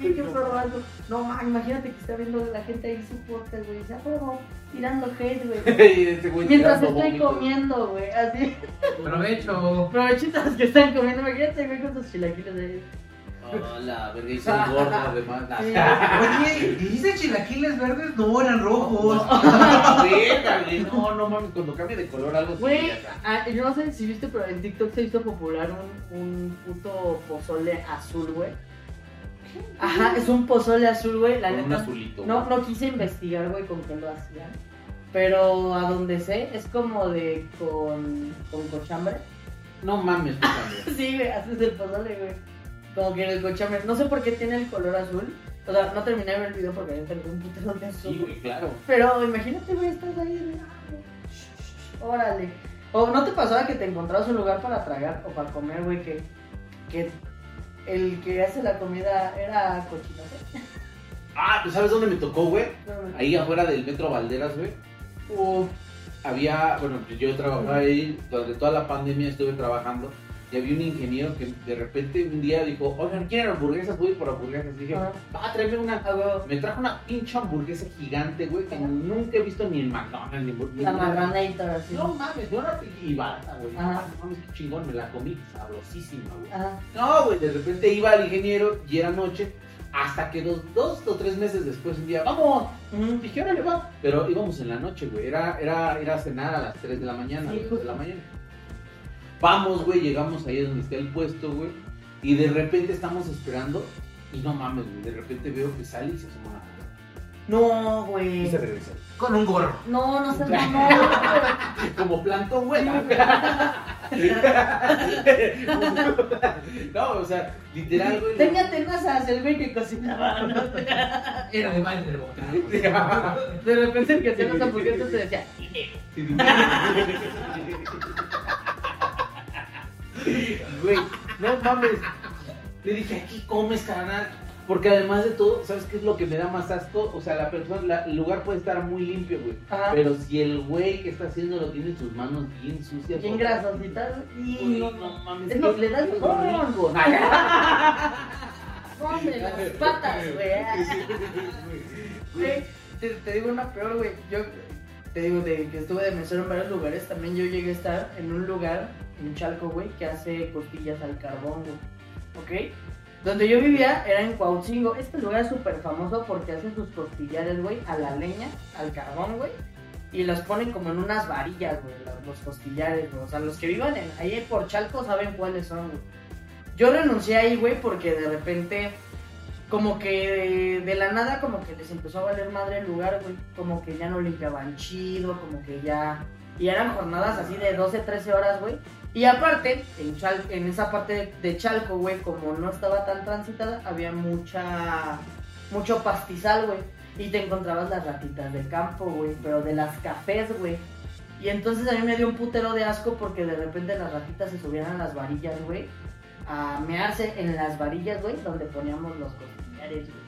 Speaker 4: sí, qué zorrazo. No, man, imagínate que está viendo la gente ahí su podcast, güey. Se como tirando hate, güey.
Speaker 5: Y este güey
Speaker 4: Mientras
Speaker 5: tirando
Speaker 4: estoy
Speaker 5: vómito.
Speaker 4: comiendo, güey. Así.
Speaker 6: Aprovecho.
Speaker 4: Provechitas que están comiendo. Imagínate, güey, con tus chilaquiles ahí.
Speaker 5: Ah, la verga, y soy gordo, además. La
Speaker 4: Sí.
Speaker 6: Oye, ¿dijiste chilaquiles verdes? No, eran rojos.
Speaker 5: verga, güey. No, no mames, cuando cambia de color algo. sí,
Speaker 4: Güey,
Speaker 5: ya está.
Speaker 4: ah, yo no sé si viste, pero en TikTok se hizo popular un, un puto pozole azul, güey. Ajá, es un pozole azul, güey. La
Speaker 5: Con un
Speaker 4: neta,
Speaker 5: azulito.
Speaker 4: No, no quise investigar, güey, con qué lo hacían. Pero a donde sé, es como de con, con cochambre.
Speaker 5: No mames, puta madre.
Speaker 4: Sí, güey, haces el pozole, güey. Como que el cochambre. No sé por qué tiene el color azul. O sea, no terminé de ver el video porque había tenido un putero de azul.
Speaker 5: Sí, güey, claro.
Speaker 4: Pero imagínate, güey, estás ahí. de, "Ah, güey, Órale. ¿O no te pasaba que te encontrabas un lugar para tragar o para comer, güey, que, que el que hace la comida era cochinote?
Speaker 5: Ah, pues ¿sabes dónde me tocó, güey?
Speaker 4: No, güey.
Speaker 5: Ahí afuera del Metro Valderas, güey.
Speaker 4: Uf,
Speaker 5: había, bueno, pues yo trabajaba ahí, durante toda la pandemia estuve trabajando y había un ingeniero que de repente un día dijo, oigan, ¿quieren hamburguesas? Voy por hamburguesas. Y dije,
Speaker 4: Ajá.
Speaker 5: va, tráeme una.
Speaker 4: a huevo.
Speaker 5: Me trajo una pinche hamburguesa gigante, güey, que
Speaker 4: Ajá.
Speaker 5: nunca he visto ni en McDonald's, ni en
Speaker 4: La marranator, así.
Speaker 5: No mames, no era y barata, güey. No
Speaker 4: Ajá. Ah.
Speaker 5: mames, qué chingón, me la comí, sabrosísima, güey.
Speaker 4: Ajá.
Speaker 5: No, güey, de repente iba el ingeniero y era noche, hasta que dos, dos o tres meses después un día, vamos,
Speaker 4: Ujú.
Speaker 5: Dije, órale, va. Pero íbamos en la noche, güey. Era, era ir a cenar a las 3 de la mañana,
Speaker 4: Sí,
Speaker 5: güey,
Speaker 4: justo.
Speaker 5: de la mañana. Vamos, güey, llegamos ahí donde está el puesto, güey. Y de repente estamos esperando. Y no mames, güey. De repente veo que sale y se asoma una mujer.
Speaker 4: No,
Speaker 5: Y
Speaker 4: güey.
Speaker 5: se regresa.
Speaker 6: Con un gorro.
Speaker 4: No, no seas mamón, güey.
Speaker 5: Como plantón, güey. no, o sea, literal, güey.
Speaker 4: Tenía tenazas el güey que cocinaba, ¿no?
Speaker 6: Era de Valder Botán.
Speaker 4: De repente el que hacía las hamburguesas te decía,
Speaker 5: Güey, no mames. Le dije, aquí comes, carnal. Porque además de todo, ¿sabes qué es lo que me da más asco? O sea, la persona, la- el lugar puede estar muy limpio, güey.
Speaker 4: ajá,
Speaker 5: Pero si el güey que está haciendo lo tiene sus manos bien sucias.
Speaker 4: bien
Speaker 5: güey,
Speaker 4: grasositas. Y
Speaker 5: güey,
Speaker 4: no,
Speaker 5: no mames.
Speaker 4: es más,
Speaker 5: qué
Speaker 4: le das
Speaker 5: rico.
Speaker 4: hongo.
Speaker 5: Ay,
Speaker 4: Hombre, las patas, güey. Güey, te, te digo una peor, güey. Yo te digo de que estuve de mesero en varios lugares. También yo llegué a estar en un lugar, en Chalco, güey, que hace costillas al carbón, güey. ¿Ok? Donde yo vivía era en Cuauchingo. Este lugar es súper famoso porque hacen sus costillares, güey, a la leña, al carbón, güey. Y las ponen como en unas varillas, güey, los, los costillares, güey. O sea, los que vivan en, ahí por Chalco saben cuáles son, güey. Yo renuncié ahí, güey, porque de repente como que de, la nada como que les empezó a valer madre el lugar, güey. Como que ya no limpiaban chido, como que ya... Y eran jornadas así de 12, 13 horas, güey. Y aparte, en, Chal- en esa parte de Chalco, güey, como no estaba tan transitada, había mucha... mucho pastizal, güey. Y te encontrabas las ratitas de campo, güey, pero de las cafés, güey. Y entonces a mí me dio un putero de asco porque de repente las ratitas se subían a las varillas, güey a mearse en las varillas, güey, donde poníamos los costillares, güey.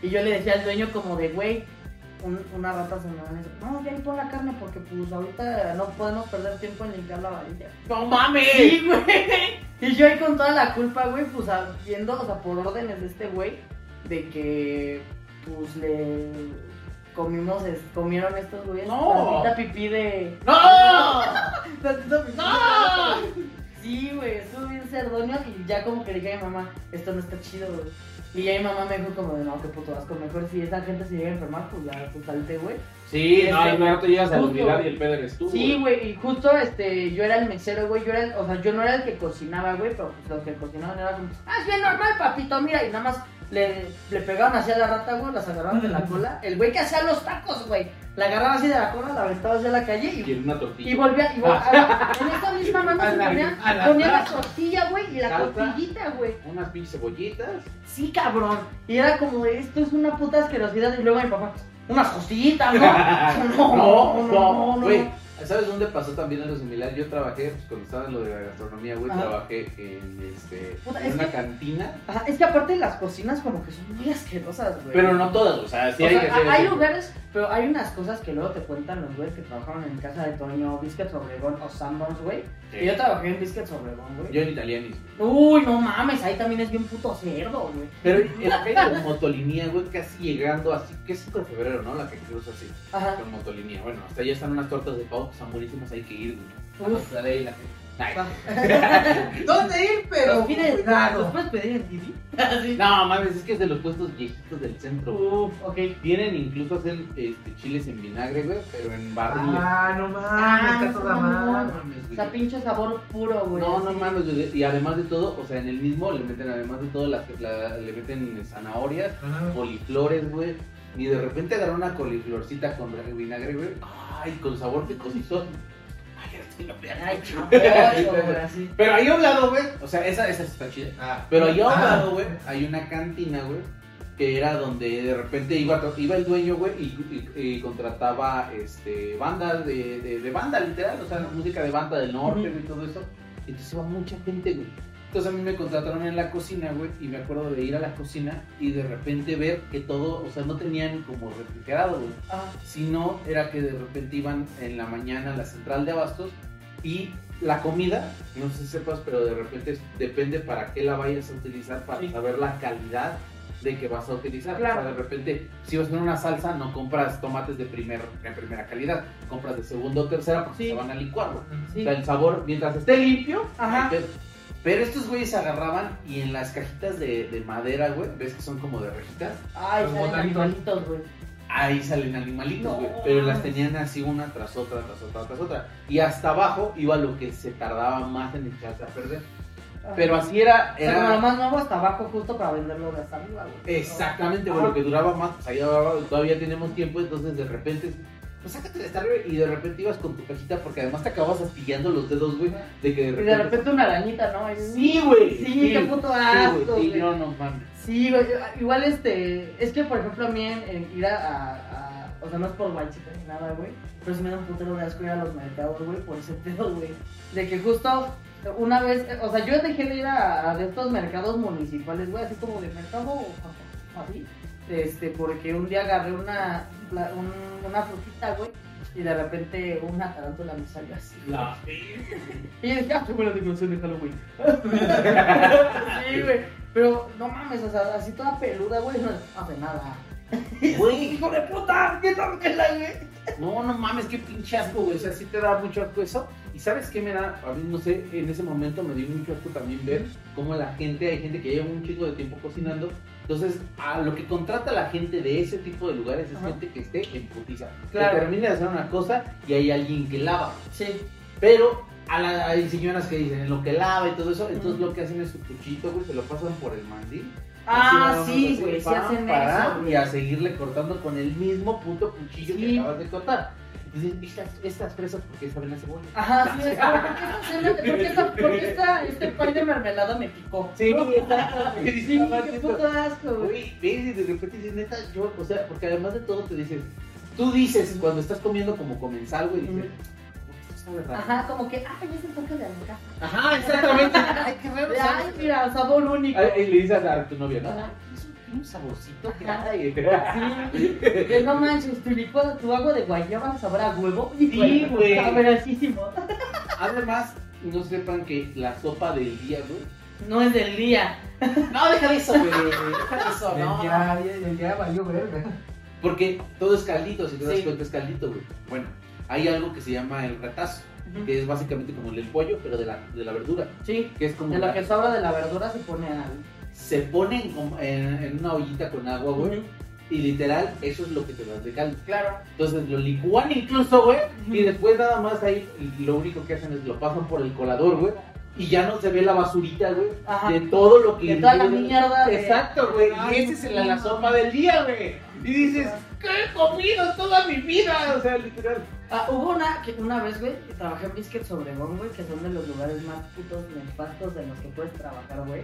Speaker 4: Y yo le decía al dueño como de, güey, un- una rata se me va a decir, no, ya ahí pon la carne porque pues ahorita no podemos perder tiempo en limpiar la varilla.
Speaker 5: ¡No mames!
Speaker 4: Sí, güey. Y yo ahí con toda la culpa, güey, pues a- viendo, o sea, por órdenes de este güey, de que pues le comimos, es- comieron estos güeyes
Speaker 5: No.
Speaker 4: tantita pipí de...
Speaker 5: ¡No!
Speaker 4: Tantito pipí.
Speaker 5: ¡No!
Speaker 4: Sí, güey, estuvo bien cerdonio y ya como que le dije a mi mamá, esto no está chido, güey. Y ya mi mamá me dijo como de, no, qué puto asco, mejor si esa gente se llega a enfermar, pues la pues, salte, güey.
Speaker 5: Sí,
Speaker 4: Este,
Speaker 5: no, al rato llegas al
Speaker 4: justo,
Speaker 5: olvidar y
Speaker 4: güey.
Speaker 5: el pedo eres tú.
Speaker 4: Sí, güey, y justo este, yo era el mesero, güey, yo era, el- o sea, yo no era el que cocinaba, güey, pero pues los que cocinaban eran como, ah, es bien normal, papito, mira, y nada más le, le pegaban así a la rata, güey, las agarraban de la cola, el güey que hacía los tacos, güey, la agarraba así de la cola, la aventaba hacia la calle y,
Speaker 5: Y en una tortilla.
Speaker 4: y volvía, y volvía, en esa misma mano
Speaker 6: A
Speaker 4: se
Speaker 6: la-
Speaker 4: ponía,
Speaker 6: a la
Speaker 4: ponía la
Speaker 6: rata.
Speaker 4: tortilla, güey, y la
Speaker 5: Salsa.
Speaker 4: costillita, güey.
Speaker 5: Unas pinches cebollitas.
Speaker 4: Sí, cabrón. Y era como, de, esto es una puta asquerosidad. Y luego mi papá, unas costillitas, ¿no?
Speaker 5: no, no, güey. ¿Sabes dónde pasó también algo similar? Yo trabajé, pues cuando estaba en lo de la gastronomía, güey,
Speaker 4: Ajá.
Speaker 5: trabajé en, este,
Speaker 4: Puta,
Speaker 5: en
Speaker 4: es
Speaker 5: una
Speaker 4: que-
Speaker 5: cantina.
Speaker 4: Ajá, es que aparte las cocinas como que son muy asquerosas, güey.
Speaker 5: Pero no todas, o sea,
Speaker 4: O
Speaker 5: sí
Speaker 4: sea,
Speaker 5: hay que
Speaker 4: hay,
Speaker 5: hacer-
Speaker 4: lugares, pero hay unas cosas que luego te cuentan los güeyes que trabajaron en casa de Toño, Biscuits Obregón o Sanborns, güey.
Speaker 5: Sí.
Speaker 4: Y yo trabajé en Biscuits Obregón, güey.
Speaker 5: Yo en italianis. güey.
Speaker 4: Uy, no mames, ahí también es bien puto cerdo, güey.
Speaker 5: Pero en la calle de Motolinía, güey, casi llegando así, que es 5 de febrero, ¿no? La que cruza así,
Speaker 4: Ajá.
Speaker 5: con Motolinía. Bueno, hasta allá están unas tortas de pavo que están buenísimas, hay que ir, güey.
Speaker 4: Uf.
Speaker 5: Dale ahí la gente. Ay.
Speaker 6: ¿Dónde ir? Pero
Speaker 4: Los pide- ¿Los
Speaker 6: cuidado.
Speaker 4: puedes pedir en Didi?
Speaker 5: No, mames, es que es de los puestos viejitos del centro, güey.
Speaker 4: Uf, ok.
Speaker 5: Tienen incluso hacen este, chiles en vinagre, güey, pero en barriles.
Speaker 6: Ah, no mames, está toda
Speaker 5: No
Speaker 6: mal.
Speaker 5: Ah, mames,
Speaker 4: O
Speaker 5: güey.
Speaker 4: sea, pinche sabor puro, güey.
Speaker 5: No, no
Speaker 4: Así.
Speaker 5: mames, güey. y además de todo, o sea, en el mismo le meten, además de todo, las, la- le meten zanahorias, coliflores, güey. Y de repente agarran una coliflorcita con re- vinagre, güey. Ay, con sabor de cosito. Ay, ya estoy la verga.
Speaker 4: Ay, chamoyo, güey, así.
Speaker 5: Pero ahí a un lado, güey, o sea, esa, esa está chida.
Speaker 6: Ah.
Speaker 5: Pero allá a un
Speaker 6: Ah.
Speaker 5: lado, güey, hay una cantina, güey, que era donde de repente iba, iba el dueño, güey, y, y- y contrataba este, bandas de, de, de banda, literal, o sea, música de banda del norte, güey, y todo eso. Entonces iba mucha gente, güey. Entonces a mí me contrataron en la cocina, güey, y me acuerdo de ir a la cocina y de repente ver que todo, o sea, no tenían como refrigerado, güey
Speaker 4: Ah,
Speaker 5: sino era que de repente iban en la mañana a la central de abastos y la comida, no sé si sepas, pero de repente es- depende para qué la vayas a utilizar, para
Speaker 4: Sí.
Speaker 5: saber la calidad de que vas a utilizar.
Speaker 4: Claro.
Speaker 5: O sea, de repente, si vas a hacer una salsa, no compras tomates de, primer, de primera calidad, compras de segunda o tercera porque
Speaker 4: Sí.
Speaker 5: se van a licuar. güey.
Speaker 4: sí.
Speaker 5: O sea, el sabor, mientras esté limpio,
Speaker 4: Ajá.
Speaker 5: hay pedo. Pero estos güeyes agarraban y en las cajitas de, de madera, güey, ves que son como de rejitas,
Speaker 4: Ay,
Speaker 6: Los
Speaker 4: salen
Speaker 6: botanitos.
Speaker 4: animalitos, güey.
Speaker 5: Ahí salen animalitos,
Speaker 4: No.
Speaker 5: güey. Pero las tenían así una tras otra, tras otra, tras otra. Y hasta abajo iba lo que se tardaba más en echarse a perder.
Speaker 4: Ah.
Speaker 5: Pero así era.
Speaker 4: O sea, como
Speaker 5: era
Speaker 4: lo más nuevo hasta abajo, justo para venderlo de hasta arriba, güey.
Speaker 5: Exactamente, güey. Lo que duraba más, pues allá abajo todavía tenemos tiempo. Entonces de repente, pues sácate de estar, güey. Y de repente ibas con tu cajita porque además te acabas astillando los dedos, güey. De que de
Speaker 4: Y
Speaker 5: repente.
Speaker 4: de repente una arañita, ¿no? Y-
Speaker 5: Sí, güey.
Speaker 4: Sí, qué puto
Speaker 5: Sí,
Speaker 4: asco,
Speaker 5: güey. Sí,
Speaker 4: güey.
Speaker 5: no, no mames.
Speaker 4: Sí, güey, ah, igual este, es que por ejemplo a mí en, en ir a, a- a- o sea, no es por guachita ni nada, güey, pero sí me da un putero de asco ir a los mercados, güey, por ese pedo, güey, de que justo una vez, eh, o sea, yo dejé de ir a, a de estos mercados municipales, güey, así como de mercado, o así, este, porque un día agarré una, la- un- una frutita, güey, y de repente una tarántula me salió así, güey. Y yo dije, ah, qué buena dimensión de Halloween. sí, güey. Pero no mames, o sea, así toda peluda, güey, no hace nada.
Speaker 5: Güey.
Speaker 4: hijo de puta, ¿qué tal que la, güey?
Speaker 5: No, no mames, qué pinche asco, güey. O sea, sí te da mucho asco eso. Y sabes qué me da, a mí no sé, en ese momento me dio mucho asco también ver cómo la gente, hay gente que lleva un chingo de tiempo cocinando. Entonces, a lo que contrata la gente de ese tipo de lugares es
Speaker 4: Ajá.
Speaker 5: gente que esté en putiza.
Speaker 4: Claro.
Speaker 5: Que termina de hacer una cosa y hay alguien que lava.
Speaker 4: Sí,
Speaker 5: Pero a la- hay señoras que dicen en lo que lava y todo eso. Entonces,
Speaker 4: Ujú.
Speaker 5: lo que hacen es su cuchito, güey, se lo pasan por el mandil.
Speaker 4: Ah,
Speaker 5: Así
Speaker 4: sí,
Speaker 5: nada más,
Speaker 4: güey, sí
Speaker 5: pam,
Speaker 4: hacen
Speaker 5: pam,
Speaker 4: eso.
Speaker 5: Y a seguirle cortando con el mismo puto cuchillo
Speaker 4: Sí.
Speaker 5: que acabas de cortar. Entonces, estas, estas fresas, ¿por qué saben a cebolla?
Speaker 4: Ajá, sí, es como, ¿por qué esta, ¿por qué esta, por qué esta, este pan de mermelada me picó?
Speaker 5: Sí,
Speaker 4: Sí, qué puto asco, güey.
Speaker 5: Güey, ves y de repente dices, neta, yo, o sea, porque además de todo te dices, tú dices cuando estás comiendo como comensal, güey, dices, "Uy, esto sabe raro".
Speaker 4: Ajá, como que, ay, es el toque de alga.
Speaker 5: Ajá, exactamente. Ay, qué raro.
Speaker 4: Ay,
Speaker 5: sabe.
Speaker 4: mira, sabor único.
Speaker 5: Ay, Y le dices a tu novia, ¿no?
Speaker 4: Ajá.
Speaker 5: "Es un- Tiene un saborcito que
Speaker 4: Ajá.
Speaker 5: ay".
Speaker 4: Sí, que no manches, tu licuado, tu agua de guayaba sabrá a huevo.
Speaker 5: Sí, güey.
Speaker 4: Sabrosísimo.
Speaker 5: Además, no sepan que la sopa del día, güey,
Speaker 4: No es del día.
Speaker 5: No, deja de eso, güey. Deja de eso, no.
Speaker 6: Ya, ya, ya, ya valió verga.
Speaker 5: Porque todo es caldito, si te das
Speaker 4: Sí.
Speaker 5: cuenta es caldito, güey. Bueno, hay algo que se llama el retazo, que es básicamente como el del pollo, pero de la, de la verdura.
Speaker 4: Sí,
Speaker 5: Que es como
Speaker 4: de lo
Speaker 5: la-
Speaker 4: que sobra de la verdura se pone al.
Speaker 5: se pone en, com- en- en una ollita con agua, güey. Y literal, eso es lo que te das de caldo.
Speaker 4: Claro.
Speaker 5: Entonces lo licúan incluso, güey. Y después nada más ahí lo único que hacen es lo pasan por el colador, güey. Y ya no se ve la basurita, güey.
Speaker 4: Ajá.
Speaker 5: De todo lo que...
Speaker 4: De toda la mierda de-
Speaker 5: Exacto, güey.
Speaker 4: Ay,
Speaker 5: Y ese es el
Speaker 4: no.
Speaker 5: la sopa del día, güey. Y dices, ¿qué he comido toda mi vida? O sea, literal.
Speaker 4: Ah, hubo una, que una vez, güey, que trabajé en Biscuits Obregón, güey, que son de los lugares más putos nefastos de los que puedes trabajar, güey.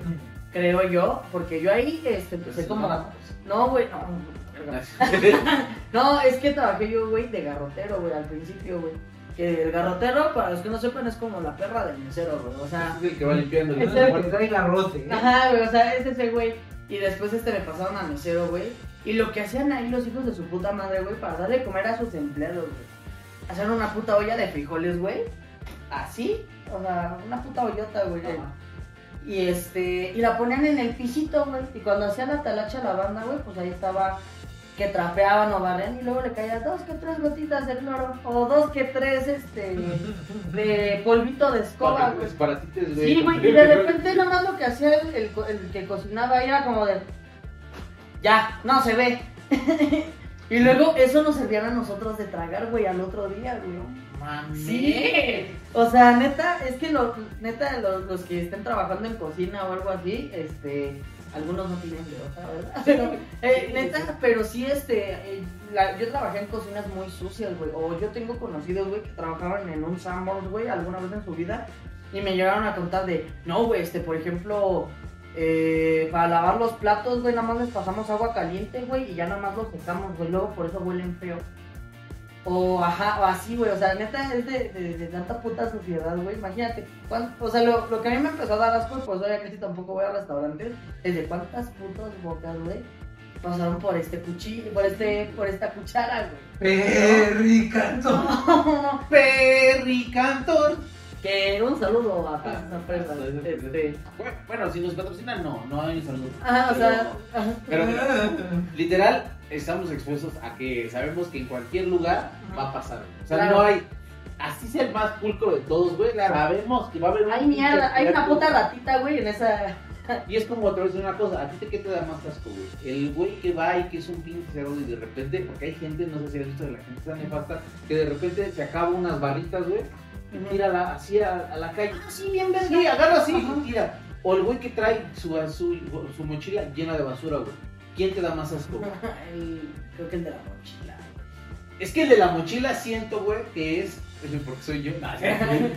Speaker 4: Creo yo, porque yo ahí este, empecé como. No, güey, no. no, no. No, es que trabajé yo, güey, de garrotero, güey, al principio, güey. Que el garrotero, para los que no sepan, es como la perra del mesero, güey. O sea,
Speaker 5: Es el que va limpiando.
Speaker 4: Es
Speaker 5: ¿no?
Speaker 4: el-
Speaker 6: Porque trae garrote. ¿eh?
Speaker 4: Ajá, güey, o sea, es ese güey. Y después este le pasaron al mesero, güey. Y lo que hacían ahí los hijos de su puta madre, güey, para darle comer a sus empleados, güey. Hacían una puta olla de frijoles, güey. Así. O sea, una puta ollota, güey. Y este. Y la ponían en el pijito, güey. Y cuando hacían la talacha a la banda, güey, pues ahí estaba que trapeaban o barrían y luego le caían dos que tres gotitas de cloro. O dos que tres, este. de polvito de escoba,
Speaker 5: Para,
Speaker 4: güey.
Speaker 5: pues, para ti te
Speaker 4: Sí, güey, y de repente nomás lo que hacía el, el co- el que cocinaba era como de. Ya, no se ve. y luego eso nos servían a nosotros de tragar, güey, al otro día, güey.
Speaker 6: Mami.
Speaker 4: Sí. O sea, neta, es que lo, neta, los, los que estén trabajando en cocina o algo así, este. Algunos no tienen de otra, ¿verdad? Pero, eh, neta, pero sí, este. eh, la- yo trabajé en cocinas muy sucias, güey. O yo tengo conocidos, güey, que trabajaban en un Sanborns, güey, alguna vez en su vida. Y me llegaron a contar de, no, güey, este, por ejemplo, eh, para lavar los platos, güey, nada más les pasamos agua caliente, güey, y ya nada más los secamos, güey, luego por eso huelen feo. O, ajá, o así, güey, o sea, neta, es de, de- de tanta puta suciedad, güey, imagínate. cuán- O sea, lo, lo que a mí me empezó a dar asco, y por eso ya casi tampoco voy a restaurantes, es de cuántas putas bocas, güey, pasaron por este cuchillo, por, este, por esta cuchara, güey.
Speaker 6: Perry Cantor.
Speaker 5: Perry Cantor.
Speaker 4: que un saludo a Pizza Presa, este,
Speaker 5: Bueno, Bueno, si nos patrocinan, no, no hay saludos.
Speaker 4: Ajá, o sea, ajá.
Speaker 5: Pero mira, literal, estamos expuestos a que sabemos que en cualquier lugar
Speaker 4: Ajá.
Speaker 5: va a pasar. O sea,
Speaker 4: Claro.
Speaker 5: no hay. Así sea el más pulcro de todos, güey. Sabemos que va a haber un
Speaker 4: Ay,
Speaker 5: pinche
Speaker 4: mierda, hay una
Speaker 5: puerco.
Speaker 4: puta ratita, güey, en esa.
Speaker 5: Y es como otra vez una cosa, ¿a ti te, qué te da más asco, güey? El güey que va y que es un pinche cerdo y de repente, porque hay gente, no sé si has visto de la gente tan nefasta, que de repente se acaba unas barritas, güey, y tira la- así a, a la calle.
Speaker 4: Ah, Sí, bien
Speaker 5: Sí, agarra así
Speaker 4: Ajá.
Speaker 5: y tira. O el güey que trae su, su, su mochila llena de basura, güey. ¿Quién te da más asco? güey?
Speaker 4: El- Creo que el de la mochila.
Speaker 5: Es que el de la mochila siento, güey, que es. Porque soy yo. Nah,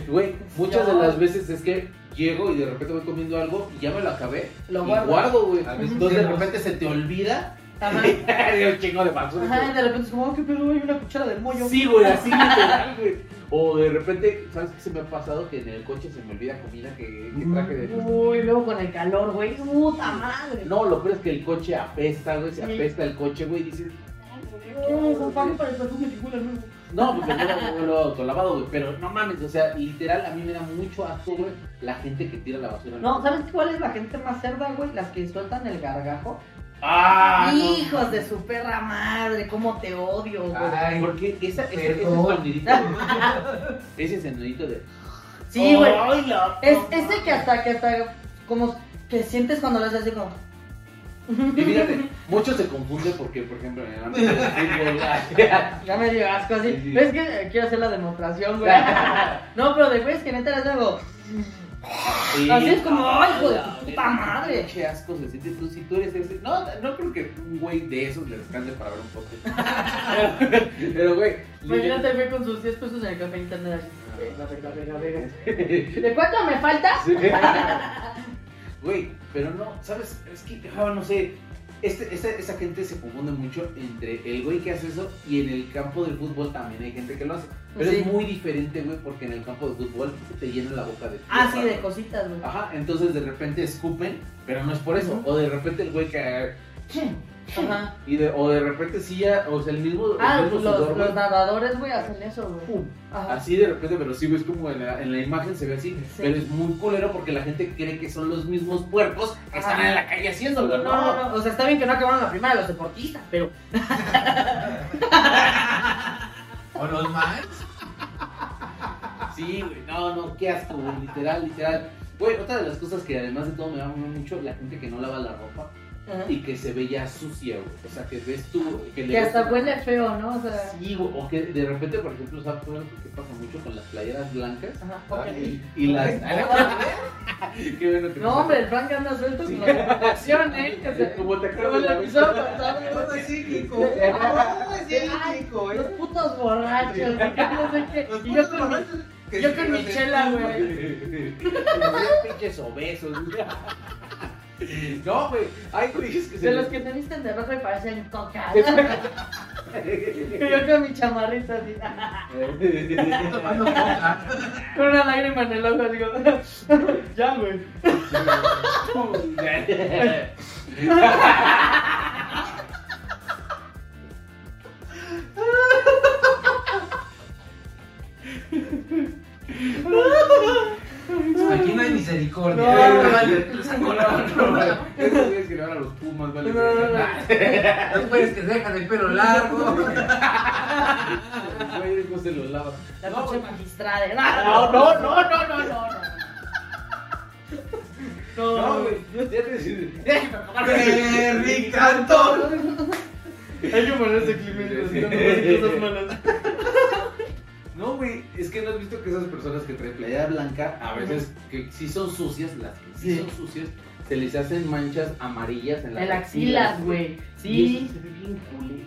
Speaker 5: Güey, muchas de las veces es que llego y de repente voy comiendo algo y ya me lo acabé.
Speaker 4: Lo
Speaker 5: y
Speaker 4: guardas.
Speaker 5: guardo, güey.
Speaker 6: A veces
Speaker 5: Entonces de
Speaker 6: tenemos-
Speaker 5: repente se te olvida.
Speaker 4: Ajá.
Speaker 5: y un chingo de basura.
Speaker 4: Ajá, y de repente es como, oh, qué pedo, hay una cuchara del mollo.
Speaker 5: Sí, güey, así literal, güey. O de repente, ¿sabes qué se me ha pasado? Que en el coche se me olvida comida que, que traje de.
Speaker 4: Uy, luego con el calor, güey. Puta madre.
Speaker 5: No, lo peor es que el coche apesta, güey. Se
Speaker 4: Sí.
Speaker 5: apesta el coche, güey. Y dices,
Speaker 4: No, con pago para el perfume que huele nuevo.
Speaker 5: No, pues me lo- me lo autolavado, güey. Pero no mames, o sea, literal, a mí me da mucho asco, güey, la gente que tira la basura.
Speaker 4: No, ¿sabes cuál es la gente más cerda, güey? Las que sueltan el gargajo.
Speaker 5: ¡Ah! no,
Speaker 4: Hijos de su perra madre, cómo te odio, güey.
Speaker 6: Ay,
Speaker 5: Porque esa, ese- ese
Speaker 6: Perdón.
Speaker 5: sonidito, ese sonidito de.
Speaker 4: Sí, güey.
Speaker 5: ¡Ay, la
Speaker 4: Es
Speaker 5: puta
Speaker 4: ese que hasta, que hasta, como, que sientes cuando lo haces así como.
Speaker 5: madre! Y fíjate, muchos se confunden porque, por ejemplo, en el ámbito del fútbol, ay,
Speaker 4: Ya me dio asco así.
Speaker 5: Sí, sí.
Speaker 4: Es que eh, quiero hacer la demostración, güey. no, pero después que neta les hago.
Speaker 5: sí.
Speaker 4: Así es como, ¡ay, hijo de
Speaker 5: la
Speaker 4: tu
Speaker 5: verga,
Speaker 4: puta madre!
Speaker 5: Qué asco se siente tú si tú eres ese. No, no creo que un güey de esos le descanse para ver un poco. Pero, güey.
Speaker 4: Imagínate, güey, con sus 10 pesos en el café internet. así.
Speaker 5: Ah.
Speaker 4: Venga, venga, venga, venga. ¿De cuánto me falta?
Speaker 5: Sí. Güey, pero no, ¿sabes? Es que, ah, no sé. Este, esa, esa gente se confunde mucho entre el güey que hace eso y en el campo del fútbol también hay gente que lo hace. Pero
Speaker 4: Sí.
Speaker 5: es muy diferente, güey, porque en el campo del fútbol te llena la boca de.
Speaker 4: Ah, sí, de cositas, güey.
Speaker 5: Ajá, entonces de repente escupen, pero no es por eso.
Speaker 4: Ujú.
Speaker 5: O de repente el güey que.
Speaker 4: Ajá.
Speaker 5: Y de, o de repente sí ya, o sea, el mismo.
Speaker 4: Ah,
Speaker 5: el
Speaker 4: los,
Speaker 5: mismo
Speaker 4: los
Speaker 5: sudor, güey,
Speaker 4: nadadores, güey, hacen eso, güey.
Speaker 5: pum,
Speaker 4: Ajá.
Speaker 5: Uh, Así de repente, pero sí, güey, es como en la, en la imagen se ve así, pero es muy culero porque la gente cree que son los mismos puercos que están
Speaker 4: Ajá.
Speaker 5: en la calle
Speaker 4: No,
Speaker 5: haciéndolo, ¿no?
Speaker 4: no, no. O sea, está bien que no acabaron la primera de los deportistas, pero.
Speaker 6: O los más.
Speaker 5: Sí, güey, no, no, qué asco, güey, literal, literal. Güey, otra de las cosas que además de todo me da mucho, la gente que no lava la ropa
Speaker 4: Ajá.
Speaker 5: y que se ve ya sucia, güey. O sea, que ves tú, que le
Speaker 4: Que
Speaker 5: ves-
Speaker 4: hasta huele feo, ¿no? O sea.
Speaker 5: Sí, güey, o que de repente, por ejemplo, ¿sabes algo que pasa mucho con las playeras blancas?
Speaker 4: Ajá. ok.
Speaker 5: Y, y las... qué bueno que
Speaker 4: No, hombre, el Frank anda suelto con la demostración, ¿eh? O sea,
Speaker 5: Como te acabo
Speaker 4: como
Speaker 5: de
Speaker 4: el episodio pasado, güey.
Speaker 6: Todo es cíclico. Todo es cíclico,
Speaker 4: Los
Speaker 6: eh.
Speaker 4: putos borrachos, güey, que no sé qué.
Speaker 6: Los
Speaker 4: Y yo
Speaker 6: putos
Speaker 4: con mi-
Speaker 6: borrachos que
Speaker 4: yo
Speaker 6: se
Speaker 4: con mi
Speaker 6: conocen.
Speaker 4: chela, güey.
Speaker 5: pinches obesos. No, güey. Hay güeyes que se
Speaker 4: De los
Speaker 5: les...
Speaker 4: que se visten de rojo y parecen cocas. Yo con mi chamarrita así.
Speaker 6: Tomando coca.
Speaker 4: Con una lágrima en el ojo, digo. ya, güey.
Speaker 7: Aquí no hay misericordia.
Speaker 4: No, no,
Speaker 5: Esos güeyes que le van a los Pumas, vale.
Speaker 4: No, no, no.
Speaker 6: Los güeyes que se dejan el pelo largo.
Speaker 5: Los güeyes no se los lavan.
Speaker 4: La
Speaker 5: No,
Speaker 4: noche
Speaker 5: güey.
Speaker 4: magistrada. ¿eh? No, no, no, no, no, no. No,
Speaker 5: No,
Speaker 4: no
Speaker 5: güey. Ya te decía.
Speaker 7: Perry Cantón.
Speaker 4: Hay que ponerse clientes, no no, cosas malas.
Speaker 5: No, güey, es que no has visto que esas personas que traen playera blanca, a veces que sí son sucias, las que sí,
Speaker 4: Sí.
Speaker 5: son sucias, se les hacen manchas amarillas en las
Speaker 4: El axilas, güey.
Speaker 5: Y
Speaker 4: Sí.
Speaker 5: eso se ve bien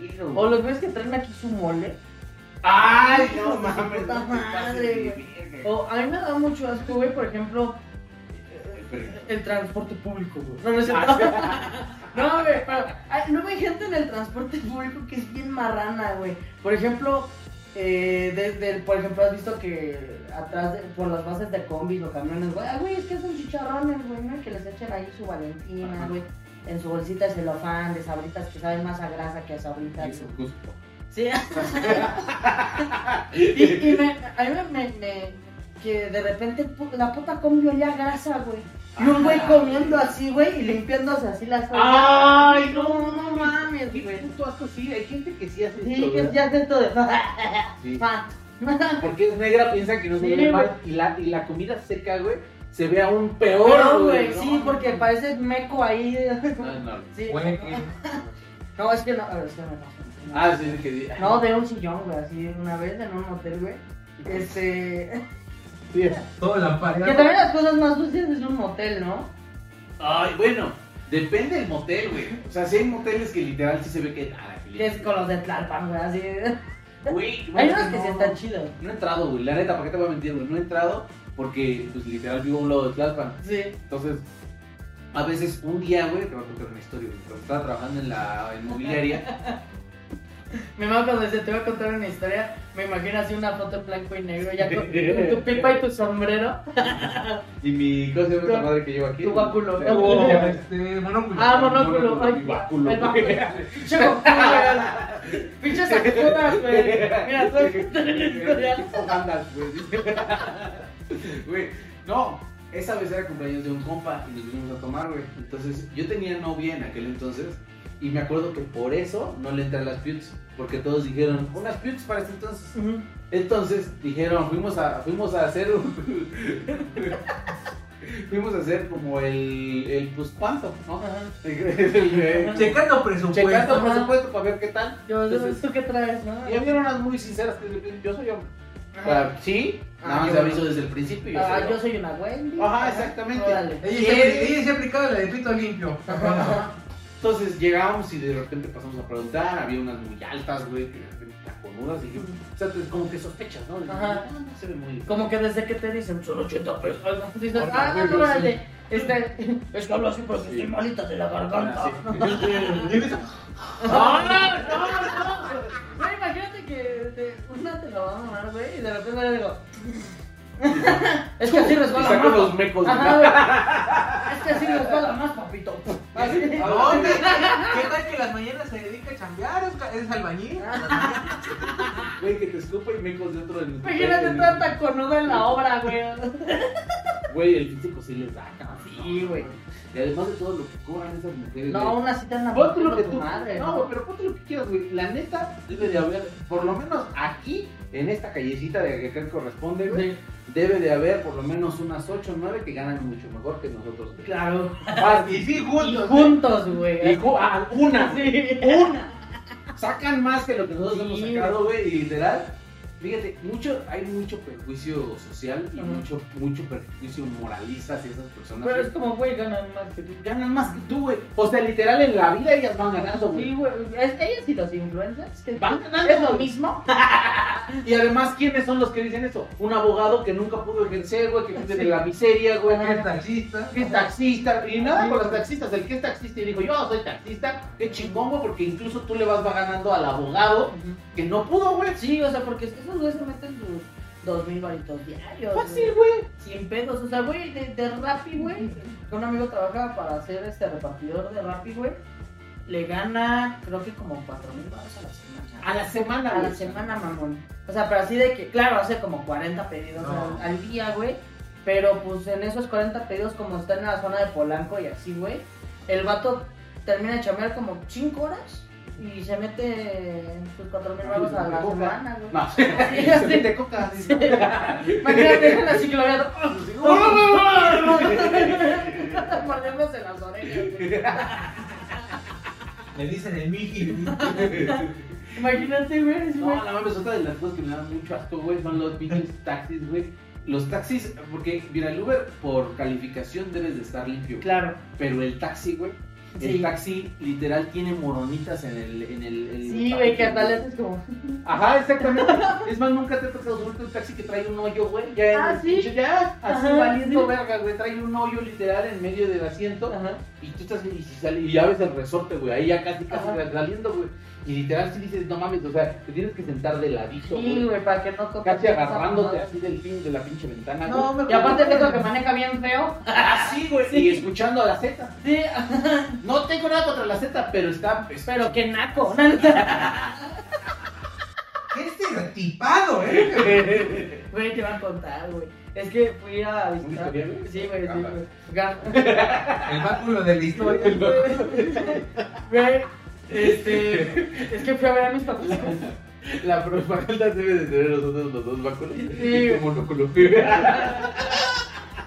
Speaker 5: culero.
Speaker 4: O los ves que traen aquí su mole.
Speaker 5: ¡Ay,
Speaker 4: Hijo de puta madre, O a mí me da mucho asco, güey, por ejemplo, eh, el transporte público, güey. No, no es cierto. No, güey, pero ay, luego hay gente en el transporte público que es bien marrana, güey. Por ejemplo, eh, desde, el- por ejemplo, has visto que atrás, de- por las bases de combis o camiones, güey, ay, güey, es que son chicharrones, güey, ¿no? Que les echan ahí su valentina, güey. En su bolsita de celofán, de sabritas que saben más a grasa que a sabritas. güey. Sí. y y me, a mí me, me- me- que de repente pu- la puta combi olía a grasa, güey. Y un güey comiendo así, güey, y limpiándose así las cosas.
Speaker 5: Ah, ¡Ay, no!
Speaker 4: No, no mames,
Speaker 5: Qué
Speaker 4: güey.
Speaker 5: puto asco, sí, hay gente que sí hace
Speaker 4: Sí,
Speaker 5: esto,
Speaker 4: que
Speaker 5: ¿verdad?
Speaker 4: ya hace todo Ah. de
Speaker 5: Sí.
Speaker 4: fan.
Speaker 5: Porque es negra, piensa que no se
Speaker 4: Sí,
Speaker 5: ve
Speaker 4: güey.
Speaker 5: mal, y la, y la comida seca, güey, se ve aún
Speaker 4: No,
Speaker 5: peor,
Speaker 4: güey,
Speaker 5: No,
Speaker 4: sí, porque parece meco ahí.
Speaker 5: No, no.
Speaker 4: Sí.
Speaker 7: Güey, que-
Speaker 4: No, es que no, es que me pasó.
Speaker 5: Ah, sí, sí, que sí.
Speaker 4: No, de un sillón, güey, así una vez en un hotel, güey. Este.
Speaker 5: Sí.
Speaker 7: Toda la pared.
Speaker 4: Que también las cosas más sucias es un motel, ¿no?
Speaker 5: Ay, bueno, depende del motel, güey. O sea, si hay moteles que literal sí se ve que. Ah,
Speaker 4: Que es con los de Tlalpan, güey, así.
Speaker 5: Güey,
Speaker 4: Hay
Speaker 5: bueno,
Speaker 4: unos que
Speaker 5: no,
Speaker 4: sí están chidos.
Speaker 5: No he entrado, güey. La neta, ¿para qué te voy a mentir, güey? No he entrado porque, pues, literal vivo a un lado de Tlalpan.
Speaker 4: Sí.
Speaker 5: Entonces, a veces un día, güey, te voy a contar una historia, güey. Cuando estaba trabajando en la inmobiliaria,
Speaker 4: Mi mamá cuando dice, te voy a contar una historia, me imagino así una foto en blanco y negro, ya con, con tu pipa y tu sombrero.
Speaker 5: y mi. ¿Cómo se llama esta
Speaker 4: Tu-
Speaker 5: madre que llevo aquí?
Speaker 4: tu guáculo.
Speaker 5: Eh,
Speaker 4: Oh.
Speaker 6: Este,
Speaker 7: pues,
Speaker 6: monóculo.
Speaker 4: Ah, monóculo.
Speaker 5: Mi
Speaker 4: Ay,
Speaker 5: báculo,
Speaker 4: el báculo. ah,
Speaker 5: güey.
Speaker 4: Pinche cojuda, güey. Pinche sacudas, güey. Mira, tú historia.
Speaker 5: Tipo bandas, güey. Güey, no. Esa vez era cumpleaños de un compa y nos vinimos a tomar, güey. Entonces, yo tenía novia en aquel entonces y me acuerdo que por eso no le entré a las putes. Porque todos dijeron, unas putes para este entonces.
Speaker 4: Ujú.
Speaker 5: Entonces dijeron, fuimos a, fuimos a hacer un- fuimos a hacer como el, el pues cuánto, ¿no?
Speaker 6: Checando presupuesto.
Speaker 5: Checando
Speaker 4: Pues, Ajá.
Speaker 5: presupuesto para ver qué tal.
Speaker 4: Yo,
Speaker 5: Entonces-
Speaker 4: ¿tú qué traes, no?
Speaker 5: Y había unas muy sinceras que dicen, yo soy hombre.
Speaker 4: Ajá.
Speaker 5: Ah, sí, nada más
Speaker 4: Ah, yo
Speaker 5: te
Speaker 4: no.
Speaker 5: aviso desde el principio. yo
Speaker 4: Ah,
Speaker 5: soy
Speaker 4: yo
Speaker 5: hombre.
Speaker 4: soy una Wendy.
Speaker 5: Ajá, exactamente.
Speaker 4: Órale.
Speaker 6: Ella siempre, ella se ha aplicado la de pito limpio.
Speaker 5: Entonces llegamos y de repente pasamos a preguntar, había unas muy altas, güey, que de repente taconudas y yo, o sea, pues, como que sospechas, ¿no?
Speaker 4: Ajá.
Speaker 5: No, no se ve muy bien.
Speaker 4: Como que desde que te dicen son 80 pesos, dices,
Speaker 6: Por
Speaker 4: ah,
Speaker 6: favor,
Speaker 4: órale, este, es que hablo así porque estoy malita de la
Speaker 5: Ah,
Speaker 4: garganta. No, no, no, no. Güey, imagínate que te- una te lo va a mamar, güey, y de repente le digo, es que así
Speaker 5: Y
Speaker 4: resbala
Speaker 5: saco
Speaker 4: más.
Speaker 5: los mecos.
Speaker 4: Ajá, güey. Es que así resbala más, papito. Así.
Speaker 6: ¿A dónde? ¿Qué tal que las mañanas se dedica a chambear? ¿Es ca- ¿Es albañil?
Speaker 4: Ah.
Speaker 5: Güey, que te escupa y mecos de otro de nuestro-
Speaker 4: Imagínate
Speaker 5: del-
Speaker 4: tanta conuda en la obra, güey.
Speaker 5: Güey, el físico sí les da, cabrón.
Speaker 4: Sí, güey.
Speaker 5: Y además de todo lo que cobran esas mujeres.
Speaker 4: No,
Speaker 5: güey.
Speaker 4: una cita en la
Speaker 5: Ponte lo
Speaker 4: con
Speaker 5: que
Speaker 4: tu
Speaker 5: tú.
Speaker 4: madre,
Speaker 5: no, güey, pero ponte lo que quieras, güey. La neta, debe de haber, por lo menos aquí, en esta callecita de que acá corresponde, güey,
Speaker 4: Sí,
Speaker 5: debe de haber por lo menos unas 8 o 9 que ganan mucho mejor que nosotros. güey.
Speaker 4: Claro.
Speaker 5: Ah, y sí,
Speaker 4: Y
Speaker 5: juntos. güey.
Speaker 4: juntos, ¿eh?
Speaker 5: Y
Speaker 4: güey.
Speaker 5: ju- ah, una,
Speaker 4: Sí.
Speaker 5: una. Sacan más que lo que nosotros
Speaker 4: Sí,
Speaker 5: hemos sacado, güey, y literal. Fíjate, mucho, hay mucho perjuicio social y
Speaker 4: Ajá.
Speaker 5: mucho, mucho perjuicio moralista hacia esas personas.
Speaker 4: Pero
Speaker 5: güey.
Speaker 4: es como, güey, ganan más que tú.
Speaker 5: Ganan más que tú, güey. O sea, literal en la vida ellas van ganando, güey.
Speaker 4: Sí, güey. Es- Ellas y los influencers. que
Speaker 5: Van ganando,
Speaker 4: Es lo
Speaker 5: güey.
Speaker 4: mismo.
Speaker 5: Y además, ¿quiénes son los que dicen eso? Un abogado que nunca pudo ejercer, güey, que vive de la miseria, güey.
Speaker 7: Eres taxista.
Speaker 5: que es taxista, y nada con los taxistas, el que es taxista y dijo, yo soy taxista, qué chingón, güey, porque incluso tú le vas va ganando al abogado que no pudo, güey.
Speaker 4: Sí, o sea, porque esos güeyes se meten sus dos mil varitos diarios.
Speaker 5: Fácil, güey.
Speaker 4: Sin pedos, o sea, güey, de, de Rappi, güey. Un amigo trabaja para ser este repartidor de Rappi, güey. Le gana, creo que como cuatro mil baros a la semana.
Speaker 5: A la semana,
Speaker 4: A la
Speaker 5: güey.
Speaker 4: semana, mamón. O sea, pero así de que, claro, hace como 40 pedidos
Speaker 7: No.
Speaker 4: al, al día, güey. Pero pues en esos 40 pedidos, como está en la zona de Polanco y así, güey, el vato termina de chambear como 5 horas y se mete sus 4 mil baros a la
Speaker 5: Coca.
Speaker 4: semana, güey.
Speaker 5: No,
Speaker 4: Y así
Speaker 5: de coca.
Speaker 4: Sí. Imagínate, en la ciclovía.
Speaker 5: Pues,
Speaker 4: Mordiéndose las orejas. güey.
Speaker 7: Me dicen el Miji.
Speaker 4: Imagínate, güey. sí, güey.
Speaker 5: No, la mames, otra de las cosas que me dan mucho asco, güey, son los pinches taxis, güey. Los taxis, porque, mira, el Uber por calificación debes de estar limpio.
Speaker 4: Claro.
Speaker 5: Pero el taxi, güey, el
Speaker 4: Sí.
Speaker 5: taxi literal tiene moronitas en el... En el, el
Speaker 4: Sí, güey, que
Speaker 5: tapete,
Speaker 4: hasta le haces como.
Speaker 5: Ajá, exactamente. Es más, nunca te he tocado subirte a un taxi que trae un hoyo, güey. Ya,
Speaker 4: Ah, ¿sí?
Speaker 5: Ya, así
Speaker 4: Ajá,
Speaker 5: valiendo
Speaker 4: sí.
Speaker 5: verga, güey. Trae un hoyo literal en medio del asiento.
Speaker 4: Ajá.
Speaker 5: Y tú estás y, si sale- y ya ves el resorte, güey. Ahí ya casi, casi
Speaker 4: Ajá.
Speaker 5: saliendo, güey. Y literal, si dices, no mames, o sea, te tienes que sentar de ladito,
Speaker 4: Sí,
Speaker 5: güey.
Speaker 4: güey, para que no toque.
Speaker 5: Casi agarrándote así del pin de la pinche ventana,
Speaker 4: No,
Speaker 5: güey.
Speaker 4: Y aparte, tengo que maneja bien feo.
Speaker 5: así, güey.
Speaker 4: Sí.
Speaker 5: Y escuchando a la Z.
Speaker 4: Sí,
Speaker 5: No tengo nada contra la Z, pero está.
Speaker 4: pero qué naco.
Speaker 7: Qué estereotipado, eh.
Speaker 4: Güey, te va a contar, güey. Es que fui a visitar.
Speaker 5: historial, güey?
Speaker 4: Sí, güey, sí,
Speaker 5: Ajá.
Speaker 4: güey. Gar-
Speaker 7: El báculo de la historia.
Speaker 4: Güey, este. Es que fui a ver a mis papás.
Speaker 5: La propaganda debe de tener nosotros los dos báculos.
Speaker 4: Sí.
Speaker 5: Y como monóculo.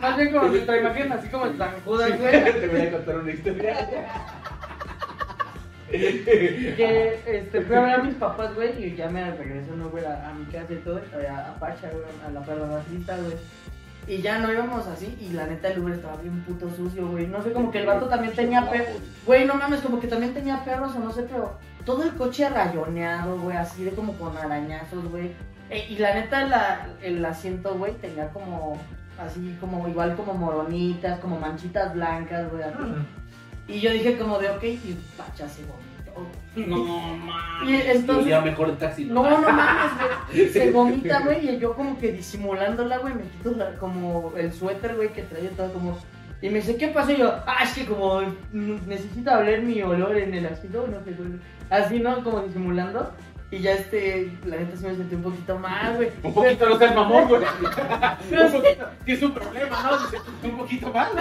Speaker 4: Más bien como te la imaginas, así como el San Judas, güey.
Speaker 5: Te voy a contar una historia.
Speaker 4: Que este, fui a ver a mis papás, güey, y ya me regresó no Uber a, a mi casa y todo, y a, a Pacha, güey, a la perra racista, güey. Y ya no íbamos así, y la neta el Uber estaba bien puto sucio, güey. No sé, como que el vato también tenía perros. Güey, no mames, como que también tenía perros o no sé, pero todo el coche rayoneado, güey, así de como con arañazos, güey. E- y la neta la- el asiento, güey, tenía como, así como, igual como moronitas, como manchitas blancas, güey, así. Y yo dije como de, ok, y Pacha se vomitó,
Speaker 5: No mames.
Speaker 4: Y entonces-
Speaker 5: Ya mejor en taxi.
Speaker 4: no, no mames, güey. Se vomita, güey. Y yo como que disimulándola, güey, me quito la- como el suéter, güey, que traía todo como. Y me dice, ¿qué pasó? Y yo, ah, es que como mm, necesito oler mi olor en el asiento, no sé, güey. Así, ¿no? Como disimulando. Y ya este, la neta sí me sentí un poquito más, güey.
Speaker 5: Un poquito no seas mamón, güey.
Speaker 4: Pero
Speaker 5: Un
Speaker 4: sí,
Speaker 5: poquito. Sí, es un problema, ¿no? Si se- Un poquito más.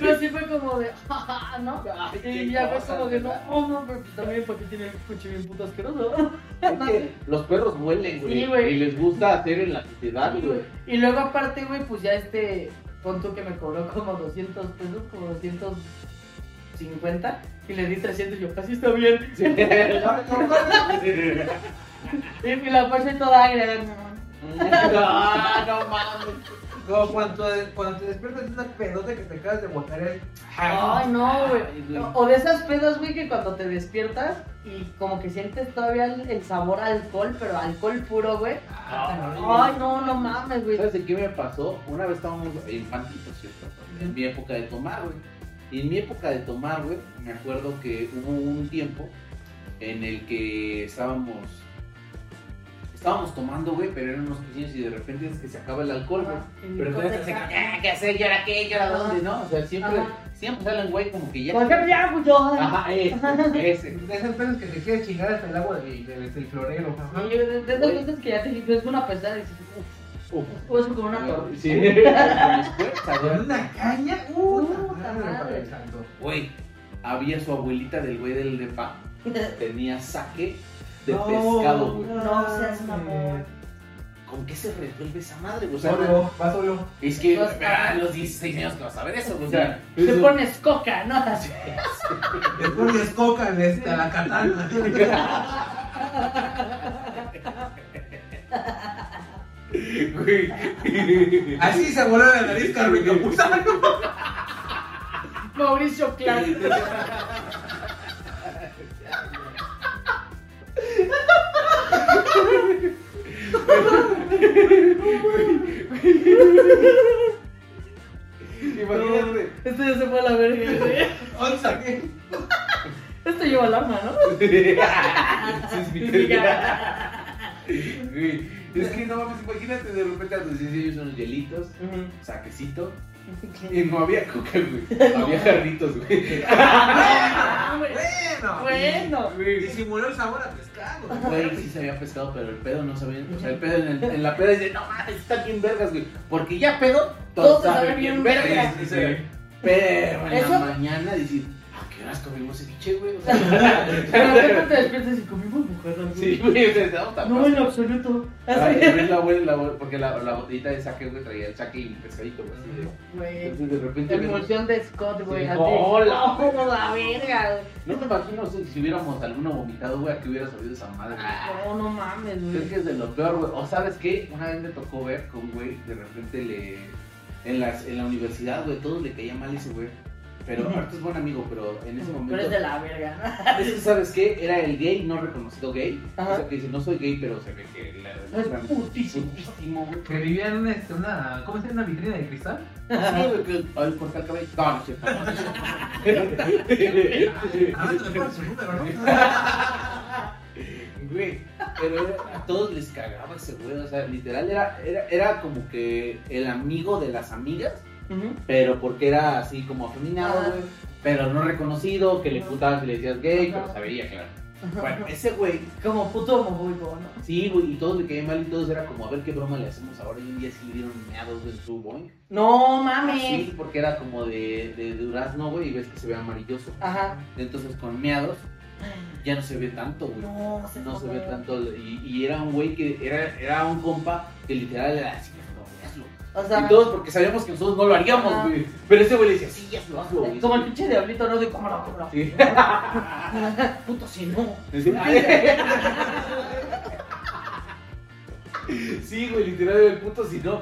Speaker 4: pero sí fue como de, "Ja, ja, ja", ¿no?
Speaker 5: Ay, qué
Speaker 4: Y ya fue
Speaker 5: cosa,
Speaker 4: como que no,
Speaker 5: ¿verdad?
Speaker 4: oh, no, pero pues también porque tiene el cuchillo bien puto asqueroso.
Speaker 5: Es que los perros huelen, güey.
Speaker 4: Sí, güey.
Speaker 5: Y les gusta hacer en la sociedad, güey.
Speaker 4: Y luego aparte, güey, pues ya este punto que me cobró como 200 pesos, como 250 y le di 300 y yo, casi está bien.
Speaker 5: Sí.
Speaker 4: Y me la pasé toda agria.
Speaker 5: Ah, no mames.
Speaker 7: Como cuando, cuando te despiertas de esa pedota que te acabas de botar es.
Speaker 4: Ay, no,
Speaker 5: Ay,
Speaker 4: güey.
Speaker 5: güey.
Speaker 4: O de esas pedas, güey, que cuando te despiertas y como que sientes todavía el, el sabor a alcohol, pero alcohol puro, güey.
Speaker 7: "Ah,
Speaker 4: Ay, no, no mames, güey.
Speaker 5: ¿Sabes de qué me pasó? Una vez estábamos en Pantitos, ¿cierto? En mi época de tomar, güey. Y en mi época de tomar, güey, me acuerdo que hubo un tiempo en el que estábamos. Estábamos tomando, güey, pero eran unos pequeños y de repente es que se acaba el alcohol, güey. Pero entonces
Speaker 4: Entonces,
Speaker 5: se ah, ¿qué hacer? ¿Y ahora qué? ¿Y ahora dónde? ¿No? O sea, siempre, siempre salen, güey, como que ya.
Speaker 4: ¿Por qué ya, güey? yo?
Speaker 5: Ajá, ese, ese.
Speaker 7: De esas veces que te quieres chingar hasta el agua del, del, del florero.
Speaker 4: Sí, güey, de de esas veces que ya te ves una pesada y dices, uff.
Speaker 5: Uf.
Speaker 4: O es como una torre.
Speaker 5: Sí. Con esfuerzo,
Speaker 7: Con
Speaker 5: güey.
Speaker 7: una caña.
Speaker 4: Puta
Speaker 7: Puta
Speaker 4: madre.
Speaker 7: madre, santo.
Speaker 5: Güey, había su abuelita del güey del depa. tenía saque de
Speaker 7: No.
Speaker 5: pescado, güey.
Speaker 4: No
Speaker 5: Ah,
Speaker 4: seas mamón.
Speaker 5: ¿Con qué se resuelve esa madre? güey? O sea,
Speaker 7: Solo, va solo.
Speaker 5: es que
Speaker 4: Los-
Speaker 5: a los 16 años no vas a ver eso, güey. o sea,
Speaker 4: Te
Speaker 5: eso-
Speaker 4: pones coca, ¿no? Así.
Speaker 7: Le pones coca en esta, la katana.
Speaker 5: güey.
Speaker 7: Así se voló la nariz Carmen Campuzano.
Speaker 4: Mauricio Clark.
Speaker 5: es mi teoría.
Speaker 4: Diga.
Speaker 5: Güey, Es que no mames, imagínate de repente pues, a los 10 años unos hielitos, saquecito. Y no había coca, güey. Había jarritos, güey.
Speaker 4: Ah, güey.
Speaker 7: Bueno,
Speaker 4: Bueno.
Speaker 5: Güey,
Speaker 7: disimuló el sabor a pescado.
Speaker 5: Güey, sí se había pescado, pero el pedo no sabía. O sea, el pedo en, el- en la peda dice, no mames, está bien vergas, güey. Porque ya pedo, todo,
Speaker 4: Todo
Speaker 5: sabe,
Speaker 4: sabe
Speaker 5: bien
Speaker 4: bien
Speaker 5: vergas.
Speaker 4: vergas.
Speaker 5: Sí, sí, sí. Pero en la
Speaker 4: Eso-
Speaker 5: mañana decir, ¿a qué horas comimos ceviche, güey? O sea,
Speaker 4: Pero de repente te despiertas y comimos mujeres.
Speaker 5: sí, güey, o sea, estábamos tan
Speaker 4: No, en
Speaker 5: pasados.
Speaker 4: absoluto.
Speaker 5: Ah, y ves la abuela- la abuela- porque la, la botellita de saque, güey, traía el saque y el pescadito, güey. así de-
Speaker 4: Güey.
Speaker 5: Entonces, de repente.
Speaker 4: La
Speaker 5: vemos-
Speaker 4: emoción de Scott, güey.
Speaker 5: Sí.
Speaker 4: así.
Speaker 5: Hola.
Speaker 4: ¡Oh, la verga! güey.
Speaker 5: No me imagino si, si hubiéramos alguno vomitado, güey, a que hubiera sabido esa madre. güey.
Speaker 4: No, no mames,
Speaker 5: Es
Speaker 4: güey.
Speaker 5: que es de lo peor, güey. O sabes qué, una vez me tocó ver con un güey, de repente le. En, las, en la universidad, güey, todo le caía mal a ese güey. Pero aparte es buen amigo, pero en ese
Speaker 4: Pero es
Speaker 5: momento.
Speaker 4: de la verga.
Speaker 5: Es que, ¿sabes qué? Era el gay no reconocido gay.
Speaker 4: Ajá.
Speaker 5: O sea, que dice, no soy gay, pero se ve que. La,
Speaker 4: Es putísimo.
Speaker 5: putísimo, güey.
Speaker 7: Que vivía en una, este, una- ¿cómo se llama? Una vitrina de cristal.
Speaker 5: Sí, güey, que. A ver, corta el cabello. No, no es cierto, no, no es cierto.
Speaker 7: Ah, no me acuerdo su número, ¿no?
Speaker 5: Güey, pero era- a todos les cagaba ese güey, o sea, literal era, era, era como que el amigo de las amigas, pero porque era así como afeminado,
Speaker 4: Ah.
Speaker 5: güey, pero no reconocido, que le putabas y le decías gay,
Speaker 4: Ajá.
Speaker 5: pero sabía, claro. Bueno, ese güey,
Speaker 4: Como puto homofóbico, ¿no?
Speaker 5: sí, güey, y todos le caían mal y todos era como, a ver qué broma le hacemos ahora, y un día sí le dieron meados de su boing.
Speaker 4: No mames.
Speaker 5: Sí, porque era como de, de durazno, güey, y ves que se ve amarilloso.
Speaker 4: Ajá.
Speaker 5: Entonces con meados ya no se ve tanto, güey.
Speaker 4: No, se
Speaker 5: no se
Speaker 4: fue.
Speaker 5: ve tanto. Y, y era un güey que era, era un compa que literal era así, hazlo, hazlo.
Speaker 4: O sea,
Speaker 5: Y todos porque sabíamos que nosotros no lo haríamos,
Speaker 4: Ajá.
Speaker 5: güey. Pero ese güey le decía, sí, hazlo, hazlo, güey.
Speaker 4: como el pinche diablito, no sé cómo lo cobra.
Speaker 5: Sí.
Speaker 4: Puto si no.
Speaker 5: Decía, "Ay". sí, güey, literal era el puto si no.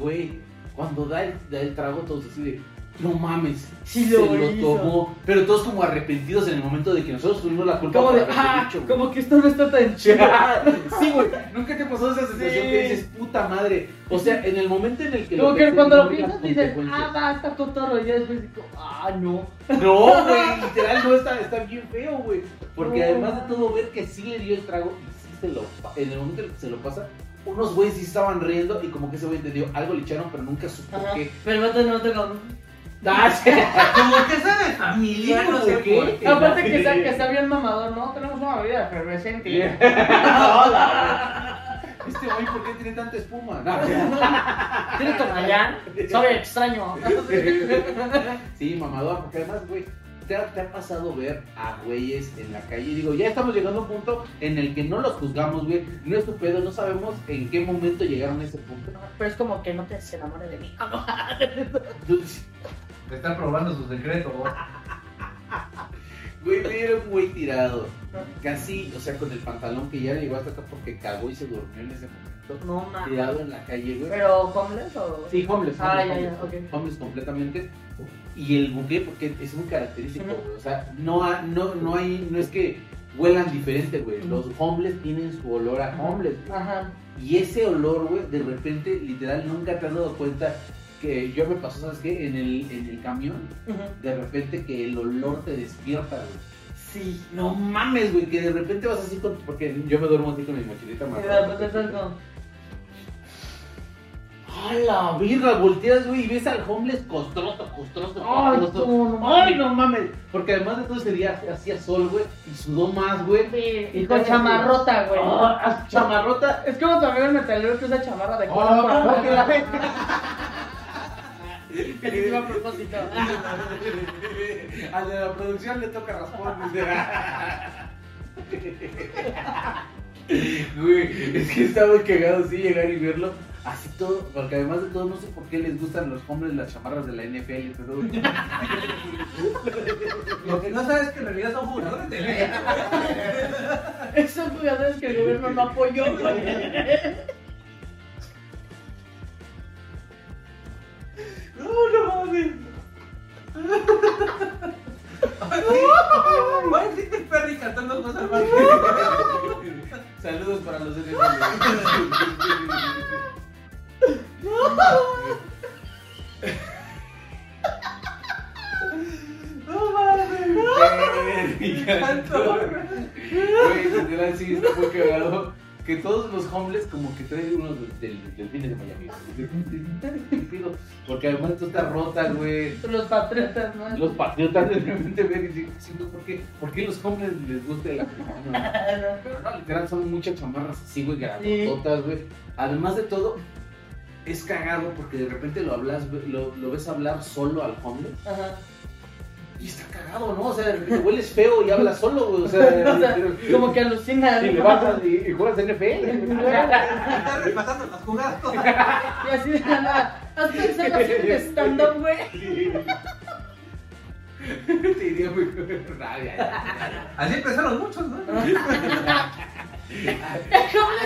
Speaker 5: Güey, cuando da el, da el trago todos así de. No mames,
Speaker 4: Sí
Speaker 5: se
Speaker 4: lo
Speaker 5: lo
Speaker 4: hizo.
Speaker 5: tomó, pero todos como arrepentidos en el momento de que nosotros tuvimos la culpa
Speaker 4: Como
Speaker 5: por
Speaker 4: de,
Speaker 5: haberlo
Speaker 4: ah,
Speaker 5: hecho, güey".
Speaker 4: como que esto no está tan chido.
Speaker 5: Sí, güey. Nunca te pasó esa sensación
Speaker 4: Sí.
Speaker 5: que dices, puta madre. O sea, en el momento en el que.
Speaker 4: Como que
Speaker 5: pensé,
Speaker 4: cuando
Speaker 5: no
Speaker 4: lo
Speaker 5: vi las
Speaker 4: piensas dices, ah,
Speaker 5: consecuencias.
Speaker 4: va, está cotorro. Y ya después digo, ah, no.
Speaker 5: No, güey, literal, no está, está bien feo, güey. Porque
Speaker 4: No.
Speaker 5: además de todo, ver que sí le dio el trago y sí se lo. pa- En el momento en el que se lo pasa, unos güeyes sí estaban riendo y como que ese güey entendió. Algo le echaron, pero nunca supo
Speaker 4: Ajá.
Speaker 5: qué.
Speaker 4: Pero el vato no te lo.
Speaker 5: Ah, sí.
Speaker 7: Como que sabe familia, no sé
Speaker 5: ¿Qué?
Speaker 7: por qué.
Speaker 4: Aparte que está, que está bien mamador, ¿no? Tenemos una bebida efervescente.
Speaker 5: Este güey, ¿por qué tiene tanta espuma? No.
Speaker 4: ¿Tienes tonallán? Sabe extraño.
Speaker 5: Sí, mamador, porque además, güey, ¿te ha, te ha pasado ver a güeyes en la calle? Y Digo, ya estamos llegando a un punto en el que no los juzgamos, güey. No es tu pedo, no sabemos en qué momento llegaron a ese punto.
Speaker 4: Pero es como que no te enamores de mí.
Speaker 5: Ah, Tú-
Speaker 7: Te está probando su secreto.
Speaker 5: Güey, me era un güey tirado. Casi, o sea, con el pantalón que ya le llegó hasta acá porque cagó y se durmió en ese momento.
Speaker 4: No mames.
Speaker 5: Tirado en la calle, güey.
Speaker 4: ¿Pero homeless o...?
Speaker 5: Sí, homeless.
Speaker 4: Ah,
Speaker 5: homeless,
Speaker 4: ya, ya,
Speaker 5: homeless,
Speaker 4: ok.
Speaker 5: homeless completamente. Y el buque, porque es muy característico, güey. O sea, no, ha- no, no hay, no es que huelan diferente, güey. Los homeless tienen su olor a homeless. güey.
Speaker 4: Ajá.
Speaker 5: Y ese olor, güey, de repente, literal, nunca te has dado cuenta que yo me pasó, ¿sabes qué? En el, en el camión,
Speaker 4: Ujú.
Speaker 5: de repente que el olor te despierta, güey.
Speaker 4: Sí.
Speaker 5: No mames, güey, que de repente vas así con... Porque yo me duermo así con mi mochilita
Speaker 4: Y
Speaker 5: más.
Speaker 4: de repente estás pues, como...
Speaker 5: ¡A la virga! Volteas, güey, y ves al homeless costroso, costroso,
Speaker 4: ¡Ay,
Speaker 5: costroso.
Speaker 4: tú, no mames!
Speaker 5: ¡Ay, no mames! Porque además de todo ese día hacía sol, güey, y sudó más, güey.
Speaker 4: Y con chamarrota, güey.
Speaker 5: Ah, ah, chamarrota.
Speaker 4: Es como tu amigo el metalero que usa chamarra de cola
Speaker 7: Oh,
Speaker 4: para
Speaker 7: porque la-
Speaker 4: Que le iba a propósito.
Speaker 5: Al de la producción le toca raspón. Güey, es que está muy cagado sí llegar y verlo así todo, porque además de todo no sé por qué les gustan los hombres las chamarras de la NFL, pero güey.
Speaker 7: Lo que no sabes es que en realidad son jugadores de la
Speaker 4: Esos jugadores que el gobierno no apoyó, güey.
Speaker 7: No, no mames. Va a decirte Perry cantando cosas más.
Speaker 5: Saludos para los NFL.
Speaker 7: No mames.
Speaker 5: Y ya,
Speaker 7: Tanto.
Speaker 5: sí está muy cagado. Que todos los homeless como que traen unos del, del, del cine de Miami. güey. Pido, Porque además tú estás rota, güey.
Speaker 4: Los patriotas, ¿no?
Speaker 5: Los patriotas de repente ven y dicen, sí, no, ¿por qué? ¿Por qué los homeless les gusta el africano?
Speaker 4: Ah,
Speaker 5: Pero no, literal, son muchas chamarras así, güey, grandototas, güey. Además de todo, es cagado porque de repente lo hablas, güey, lo, lo ves hablar solo al homeless.
Speaker 4: Ajá.
Speaker 5: Y está cagado, ¿no? O sea, de repente hueles feo y hablas solo, güey. O sea,
Speaker 4: O sea, como que alucina.
Speaker 5: y
Speaker 4: ¿no?
Speaker 5: le bajas y, y juegas NFL. güey.
Speaker 7: Está repasando las jugadas.
Speaker 4: Y así de la nada. ¿Has pensado hacer un stand-up, güey?
Speaker 5: Te dio muy rabia.
Speaker 7: Así empezaron muchos, ¿no?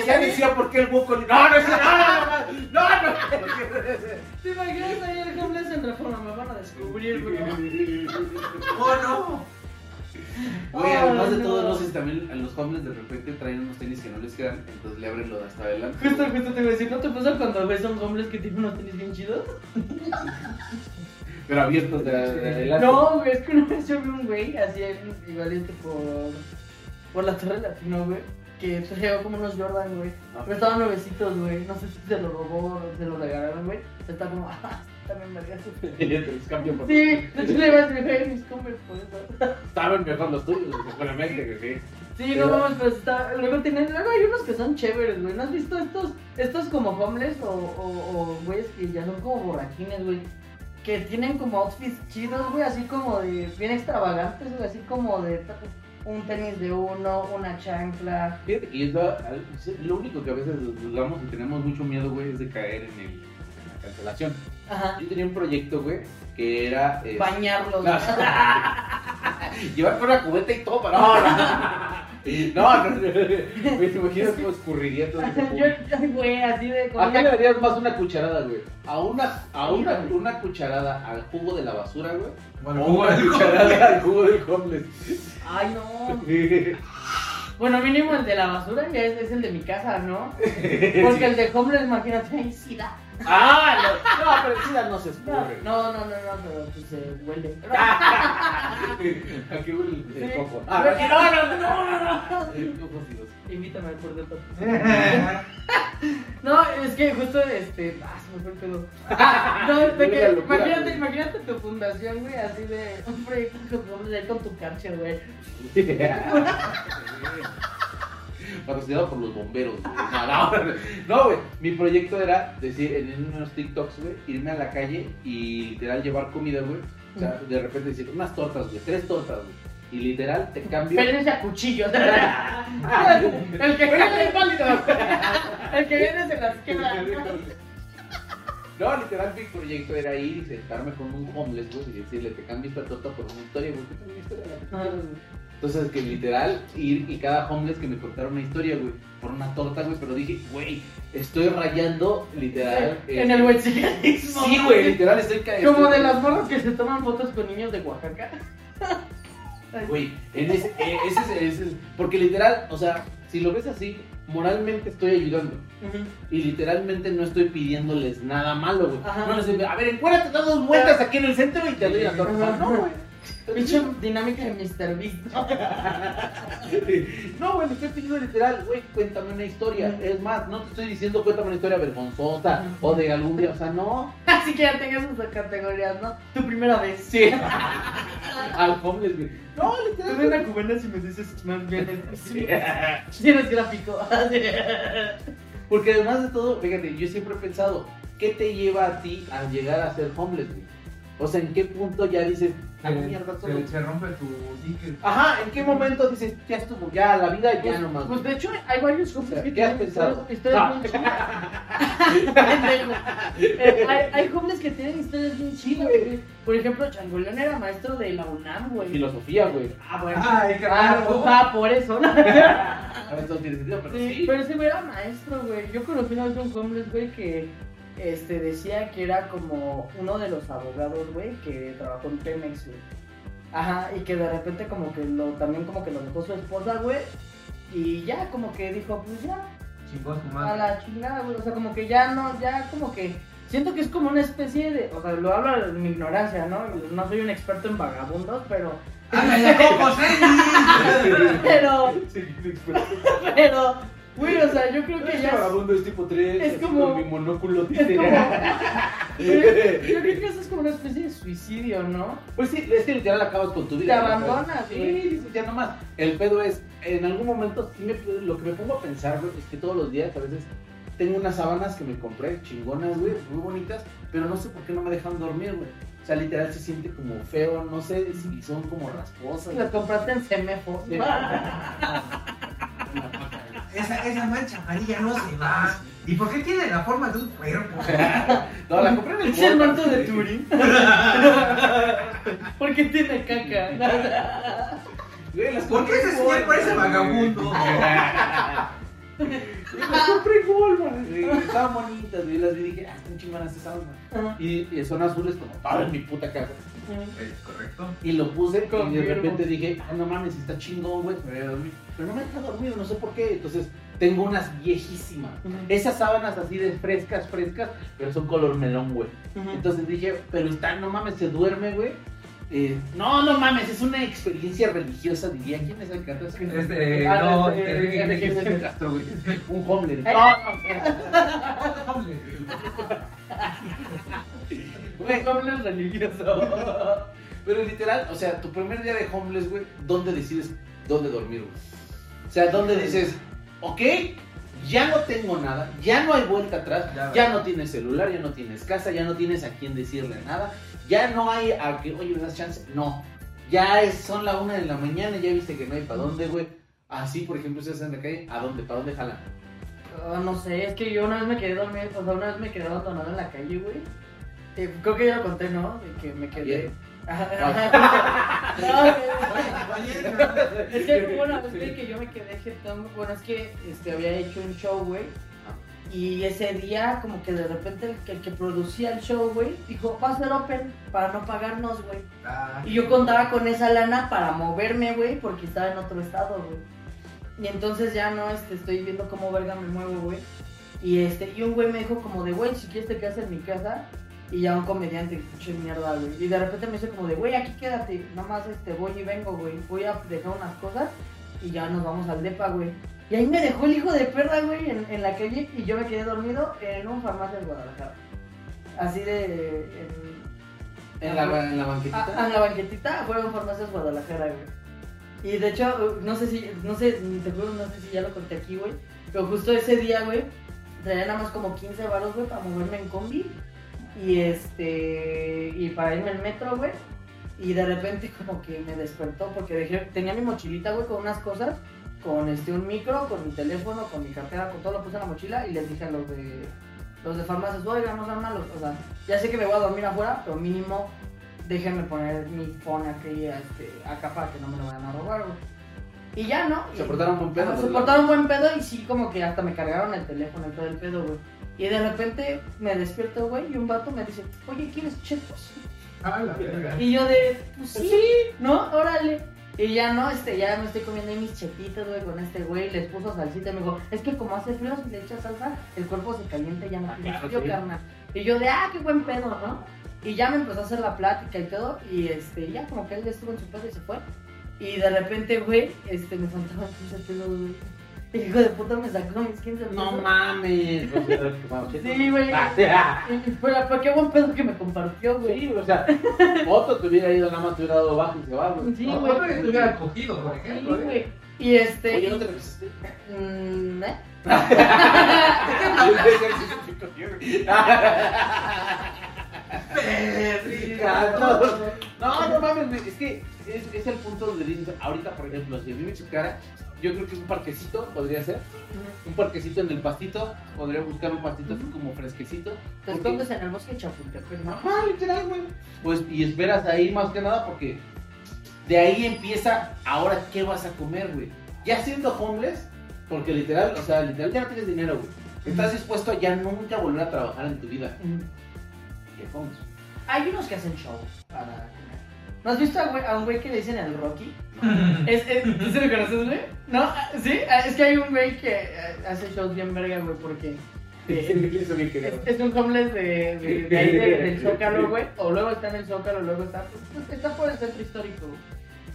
Speaker 5: Ya decía por qué el hueco. No, no, no, no, no,
Speaker 4: ¿Te imaginas ahí el homeless en reforma? Me van a descubrir, güey.
Speaker 7: Oh, no.
Speaker 5: Oye, además de
Speaker 4: Ay,
Speaker 5: todo,
Speaker 4: no.
Speaker 5: no sé si también a los hombres de repente traen unos tenis que no les quedan, entonces le abren lo de hasta adelante.
Speaker 4: Justo, justo te iba a decir, ¿no te pasa cuando ves a un homeless que tiene unos tenis bien chidos?
Speaker 5: Pero abiertos de, de adelante.
Speaker 4: No, güey, es que una vez yo vi un güey así igualito por, por la torre latino, güey. Que se llegó como unos Jordan, güey. Pero estaban nuevecitos, güey. No sé si se lo robó o se lo regalaron, güey. Está como, ah, también me Sí,
Speaker 5: Y te los cambian por-
Speaker 4: de hecho le vas a decir, mis Converse por eso.
Speaker 5: Saben mejor los tuyos, seguramente, que sí.
Speaker 4: Sí, no mames, pero está. Luego tienen, luego hay unos que son chéveres, güey. ¿No has visto estos, estos como homeless o, o, o güeyes que ya son como borrachines, güey? Que tienen como outfits chidos, güey, así como de. bien extravagantes, güey, así como de ta- un tenis de uno, una chancla.
Speaker 5: Fíjate que yo estaba- al- lo único que a veces dudamos y tenemos mucho miedo, güey, es de caer en, el, en la cancelación.
Speaker 4: Ajá.
Speaker 5: Yo tenía un proyecto, güey, que era... eh,
Speaker 4: Bañarlos.
Speaker 5: No. Llevar con una cubeta y todo para. No, no. No, no. Me imagino cómo escurriría todo ese
Speaker 4: Yo,
Speaker 5: polvo.
Speaker 4: yo, güey, así
Speaker 5: ¿A
Speaker 4: de
Speaker 5: qué le
Speaker 4: comida.
Speaker 5: darías más una cucharada, güey? A una, a una, una cucharada al jugo de la basura, güey. O una cucharada al jugo del homeless.
Speaker 4: Ay, no. Bueno, mínimo el de la basura ya es, es el de mi casa, ¿no? Porque el de homeless, imagínate, ahí sí da.
Speaker 5: ah, no, no, pero sí, no se
Speaker 4: No,
Speaker 5: escurre.
Speaker 4: no, no, no, no, pero pues se huele.
Speaker 5: Aquí huele el- el
Speaker 4: Sí.
Speaker 5: coco.
Speaker 4: Pero-
Speaker 5: Ah, no, no, no, no. El coco sí, dos.
Speaker 4: Invítame al puerto. No, es que justo este. Ah, se me fue el pedo. No, de
Speaker 5: Una
Speaker 4: que,
Speaker 5: locura,
Speaker 4: imagínate,
Speaker 5: güey.
Speaker 4: imagínate tu fundación, güey, así de un proyecto que podemos hacer con tu cancha, güey.
Speaker 5: Patrocinado por los bomberos, güey. No, no, no, güey. Mi proyecto era decir en unos TikToks, güey, irme a la calle y literal llevar comida, güey. O sea, de repente decir unas tortas, güey, tres tortas, güey. Y literal te cambio.
Speaker 4: Pérense a cuchillos. El que viene es válido. El que viene se las queda.
Speaker 5: No, literal, mi proyecto era ir y sentarme con un homeless, güey, y decirle, te cambio esta torta por una historia, güey, ¿qué tal una historia? La que tú quieras, güey. Entonces, que literal, ir y cada homeless que me contara una historia, güey, por una torta, güey, pero dije, güey, estoy rayando, literal. eh,
Speaker 4: En el huechiganismo.
Speaker 5: Sí, güey, literal, estoy cayendo.
Speaker 4: Como de las morras que se toman fotos con niños de Oaxaca.
Speaker 5: Güey, en ese, eh, ese, es- ese es- porque literal, o sea, si lo ves así, moralmente estoy ayudando.
Speaker 4: Ujú.
Speaker 5: Y literalmente no estoy pidiéndoles nada malo, güey.
Speaker 4: Ajá.
Speaker 5: No les digo, a ver, encuérdate, da dos vueltas aquí en el centro y te doy la torta.
Speaker 4: Ajá.
Speaker 5: No, güey.
Speaker 4: Pinche dinámica de Mr. Beast.
Speaker 5: No, güey, le estoy pidiendo literal, güey, cuéntame una historia. Es más, no te estoy diciendo cuéntame una historia vergonzosa o de algún día, o sea, no.
Speaker 4: Así que ya tengas sus categorías, ¿no? Tu primera vez.
Speaker 5: Sí. Al homeless, güey. No,
Speaker 4: Te
Speaker 5: literal.
Speaker 4: ven a cubenas y me dices, más bien, si eres gráfico.
Speaker 5: Porque además de todo, fíjate, yo siempre he pensado, ¿qué te lleva a ti a llegar a ser homeless, güey? O sea, ¿en qué punto ya dices, "Ah, mierda, solo"?
Speaker 7: Se rompe tu ticket.
Speaker 5: Ajá, ¿en qué momento dices, ya estuvo, ya la vida ya no más?
Speaker 4: Pues de hecho, hay varios hombres que
Speaker 5: ¿Qué has
Speaker 4: tienen
Speaker 5: pensado? Ah.
Speaker 4: historias- historias
Speaker 5: No.
Speaker 4: bien chidas. Pendejo. Eh, hay, hay hombres que tienen historias bien chidas, güey. Por ejemplo, Changoleón era maestro de la UNAM, güey.
Speaker 5: Filosofía, güey.
Speaker 4: Ah, bueno.
Speaker 7: Ay,
Speaker 4: Ah,
Speaker 7: carajo.
Speaker 4: pues, ah, por eso, ¿no?
Speaker 5: A ver, todo tiene sentido, pero
Speaker 4: Sí,
Speaker 5: sí.
Speaker 4: pero ese güey era maestro, güey. Yo conocí una vez a un homeless, güey, que este, decía que era como uno de los abogados, güey, que trabajó en Pemex, güey. Ajá, y que de repente como que lo, también como que lo dejó su esposa, güey. Y ya como que dijo, pues ya,
Speaker 7: Chingó a su
Speaker 4: a
Speaker 5: Ah.
Speaker 7: madre.
Speaker 4: la chingada, güey. O sea, como que ya no, ya como que Siento que es como una especie de. O sea, lo hablo en mi ignorancia, ¿no? No soy un experto en vagabundos, pero.
Speaker 6: ¡Habla de cocos, eh!
Speaker 4: Pero.
Speaker 5: Sí, sí, pero-
Speaker 4: Pero. Güey, o sea, yo creo que
Speaker 5: Este
Speaker 4: Pues, ya.
Speaker 5: vagabundo es tipo 3,
Speaker 4: es como-
Speaker 5: mi monóculo
Speaker 4: Es como.
Speaker 5: dice.
Speaker 4: Yo creo que eso es como una especie de suicidio, ¿no?
Speaker 5: Pues sí, es que literal acabas con tu
Speaker 4: Te
Speaker 5: vida.
Speaker 4: abandonas,
Speaker 5: Sí,
Speaker 4: güey.
Speaker 5: dices, ya nomás. El pedo es, en algún momento, sí me- lo que me pongo a pensar, güey, es que todos los días a veces tengo unas sábanas que me compré, chingonas, güey, muy bonitas, pero no sé por qué no me dejan dormir, güey. O sea, literal se siente como feo, no sé si son como rasposas.
Speaker 4: Las compraste en Ah. Semefo.
Speaker 5: Sí.
Speaker 6: Esa, esa mancha amarilla no se va. ¿Y por qué tiene la forma de un cuerpo?
Speaker 5: No, la compré en el
Speaker 4: Es el
Speaker 5: Walmart,
Speaker 4: manto de
Speaker 5: güey.
Speaker 4: Turín. ¿Por qué tiene caca?
Speaker 5: Güey, las
Speaker 6: ¿Por qué
Speaker 5: compré en
Speaker 6: ese señor
Speaker 5: Walmart,
Speaker 6: parece
Speaker 5: güey.
Speaker 6: vagabundo?
Speaker 5: Y las compré en Walmart, güey. Estaban bonitas, güey. Las vi y dije, ah, están chingonas esas, güey. Y, y son azules como todo en mi puta casa.
Speaker 6: Es correcto.
Speaker 5: Y lo puse y de
Speaker 4: Confirmo.
Speaker 5: repente dije, ah, no mames, está chingón, güey, me voy a dormir. Pero no me deja dormido, no sé por qué. Entonces, tengo unas viejísimas. Esas sábanas así de frescas, frescas, pero son color melón, güey. Entonces dije, pero está, no mames, se duerme, güey. Eh, no, no mames, es una experiencia religiosa, diría. ¿Quién es el Castro?
Speaker 6: Este,
Speaker 5: Ah,
Speaker 6: no,
Speaker 5: eh,
Speaker 6: este,
Speaker 5: Enrique es el Castro, güey. Un homeless. Ah,
Speaker 4: Ay.
Speaker 5: No, no, güey.
Speaker 4: Un homeless religioso.
Speaker 5: Pero literal, o sea, tu primer día de homeless, güey, ¿dónde decides dónde dormir, güey? O sea, ¿dónde dices, ok, ya no tengo nada, ya no hay vuelta atrás,
Speaker 6: Ya,
Speaker 5: ya,
Speaker 6: güey.
Speaker 5: no tienes celular, ya no tienes casa, ya no tienes a quién decirle nada, ya no hay a que, oye, ¿me das chance? No. Ya es, son la una de la mañana y ya viste que no hay para dónde, güey. Así, por ejemplo, estás en la calle, ¿a dónde? ¿Para dónde jalan?
Speaker 4: Ah, no sé, es que yo una vez me quedé dormido, o sea, una vez me quedé abandonado en la calle, güey. Eh, creo que ya lo conté, ¿no? De que me quedé. Ah,
Speaker 5: Ayer.
Speaker 4: No, es que hubo una vez güey, que yo me quedé jetón, bueno, es que este, había hecho un show, güey. Y ese día, como que de repente el que, el que producía el show, güey, dijo, va a ser open para no pagarnos, güey. Y yo contaba con esa lana para moverme, güey, porque estaba en otro estado, güey. Y entonces ya no, este, estoy viendo cómo verga me muevo, güey. Y este, y un güey me dijo como de, güey, si quieres te quedas en mi casa. Y ya un comediante, pinche mierda, güey. Y de repente me dice como de, güey, aquí quédate. Nada más, este, voy y vengo, güey. Voy a dejar unas cosas y ya nos vamos al depa, güey. Y ahí me dejó el hijo de perra, güey, en, en la calle. Y yo me quedé dormido en un farmacia de Guadalajara. Así de... en-
Speaker 5: ¿En la, ba- en la banquetita?
Speaker 4: a, a Ah, la banquetita fueron farmacias Guadalajara, güey. Y de hecho, no sé si, no sé, ni te juro, no sé si ya lo conté aquí, güey. Pero justo ese día, güey, traía nada más como 15 varos, güey, para moverme en combi. Y este, y para irme en metro, güey. Y de repente como que me despertó porque dejé, tenía mi mochilita, güey, con unas cosas. Con este, un micro, con mi teléfono, con mi cartera, con todo lo puse en la mochila y les dije a los de, los de farmacias, oigan, no sean malos. O sea, ya sé que me voy a dormir afuera, pero mínimo déjenme poner mi phone aquí, este, acá para que no me lo vayan a robar, güey. Y ya, ¿no?
Speaker 5: Se
Speaker 4: Y-
Speaker 5: portaron buen pedo,
Speaker 4: Ajá, Se
Speaker 5: ¿verdad?
Speaker 4: portaron buen pedo y sí, como que hasta me cargaron el teléfono y todo el pedo, güey. Y de repente me despierto, güey, y un vato me dice, oye, ¿quieres chetos?
Speaker 6: Ah, la verga.
Speaker 4: Y yo de, pues sí, ¿no? Órale. Y ya no, este, ya me estoy comiendo ahí mis chetitos, güey, con este güey, les puso salsita y me dijo, es que como hace frío, si le echas salsa, el cuerpo se calienta y ya no tiene frío, carnal. Y yo de, ah, qué buen pedo, ¿no? Y ya me empezó a hacer la plática y todo, y este, ya como que él estuvo en su pedo y se fue. Y de repente, güey, este, me faltaban 15 pesos, güey. El hijo de puta me sacó mis 15 pesos.
Speaker 5: No mames.
Speaker 4: Sí, güey.
Speaker 5: Ah, sí, ah.
Speaker 4: Y- y fue la- fue qué buen pedo que me compartió, güey.
Speaker 5: Sí, o sea, otro te hubiera ido, nada más te hubiera dado baja y se va, güey.
Speaker 4: Sí,
Speaker 6: No,
Speaker 4: güey.
Speaker 6: otra vez te hubiera cogido, por
Speaker 4: Sí,
Speaker 6: ejemplo. ¿eh?
Speaker 4: güey. Y este.
Speaker 5: Oye, ¿no te resististe?
Speaker 4: Mm, ¿eh?
Speaker 5: Ah, no, no, no mames, güey, es que es, es el punto donde dices, ahorita por ejemplo, si a mí me chocara, yo creo que un parquecito podría ser, un parquecito en el pastito, podría buscar un pastito así como fresquecito.
Speaker 4: Te
Speaker 5: porque-
Speaker 4: escondes en el bosque de Chapultepec, ¿no?
Speaker 5: Ajá, literal, güey. Pues, y esperas ahí más que nada porque de ahí empieza ahora qué vas a comer, güey. Ya siendo homeless, porque literal, o sea, literal ya no tienes dinero, güey. Estás dispuesto a ya nunca volver a trabajar en tu vida. Qué homeless.
Speaker 4: Hay unos que hacen show para comer. ¿No has visto a, güey- a un güey que le dicen el Rocky? Es, es- ¿Tú se lo Ah, conoces, güey? ¿No? ¿Sí? Ah, Es que hay un güey que eh, hace shows bien verga, güey, porque Eh, es, es un homeless de, de, de ahí de- del Zócalo, güey. O luego está en el Zócalo, luego está, pues, está por el centro histórico. güey.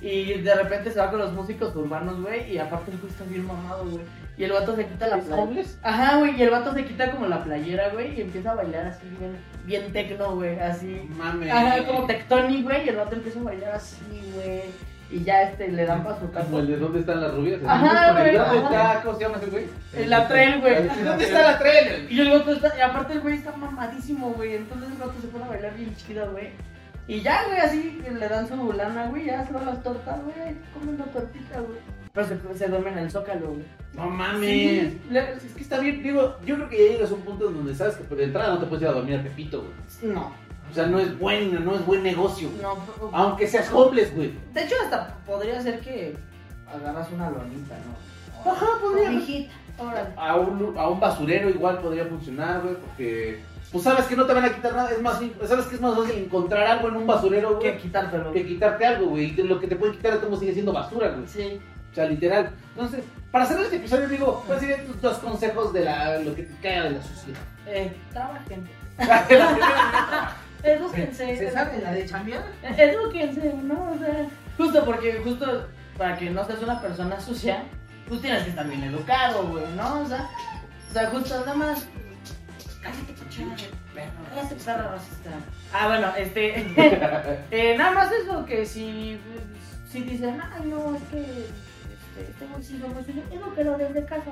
Speaker 4: Y de repente se va con los músicos urbanos, güey. Y aparte el güey está bien mamado, güey. Y el vato se quita la playera. Ajá, güey. Y el vato se quita como la playera, güey. Y empieza a bailar así, bien, bien tecno, güey. Así.
Speaker 5: Mame.
Speaker 4: Ajá, como Tectonic, güey. Y el vato empieza a bailar así, güey. Y ya este, le dan para su casa.
Speaker 5: Como el de dónde están las rubias.
Speaker 4: Ajá, güey,
Speaker 5: ¿Dónde
Speaker 4: ajá.
Speaker 5: está? ¿Cómo se llama ese güey?
Speaker 4: El atrel, güey.
Speaker 5: ¿Dónde está la tren?
Speaker 4: Y el vato está, y aparte el güey está mamadísimo, güey. Entonces el vato se pone a bailar bien chido, güey. Y ya, güey, así le dan su bulana, güey. Ya se van las tortas, güey. Comen la tortita, güey. Pero se, se duermen en el zócalo, güey.
Speaker 5: No mames.
Speaker 4: Sí, le-
Speaker 5: Es que está bien, digo, yo creo que ya llegas a un punto en donde sabes que por de entrada no te puedes ir a dormir a Pepito, güey.
Speaker 4: No,
Speaker 5: O sea, no es buen, no es buen negocio. güey.
Speaker 4: no. pero-
Speaker 5: Aunque seas homeless, güey.
Speaker 4: De hecho, hasta podría ser que agarras una lonita, ¿no?
Speaker 5: Ajá,
Speaker 4: Una hijita. Órale.
Speaker 5: A un, a un basurero igual podría funcionar, güey, porque... Pues sabes que no te van a quitar nada, es más, sabes que es más fácil encontrar algo en un basurero,
Speaker 4: Hay que
Speaker 5: güey,
Speaker 4: quitártelo.
Speaker 5: que quitarte algo, güey. Y te- lo que te pueden quitar es como sigue siendo basura, güey.
Speaker 4: Sí.
Speaker 5: O sea, literal. Entonces, para cerrar este episodio, digo, ¿cuáles serían tus dos consejos de la, lo que te caiga de la sociedad?
Speaker 4: Eh, trabajen. Edúquense.
Speaker 6: ¿Se sabe la de chambear?
Speaker 4: Es- Es lo que sé, ¿no? O sea, justo porque, justo para que no seas una persona sucia, tú tienes que estar bien educado, güey, ¿no? O sea, o sea justo nada más. Cállate, cochina de perro. Cállate, perro racista. Ah, bueno, este. eh, nada más eso que si, si dicen, ay, no, es que. Este, este bolsillo, muy sucio, edúquelo desde casa.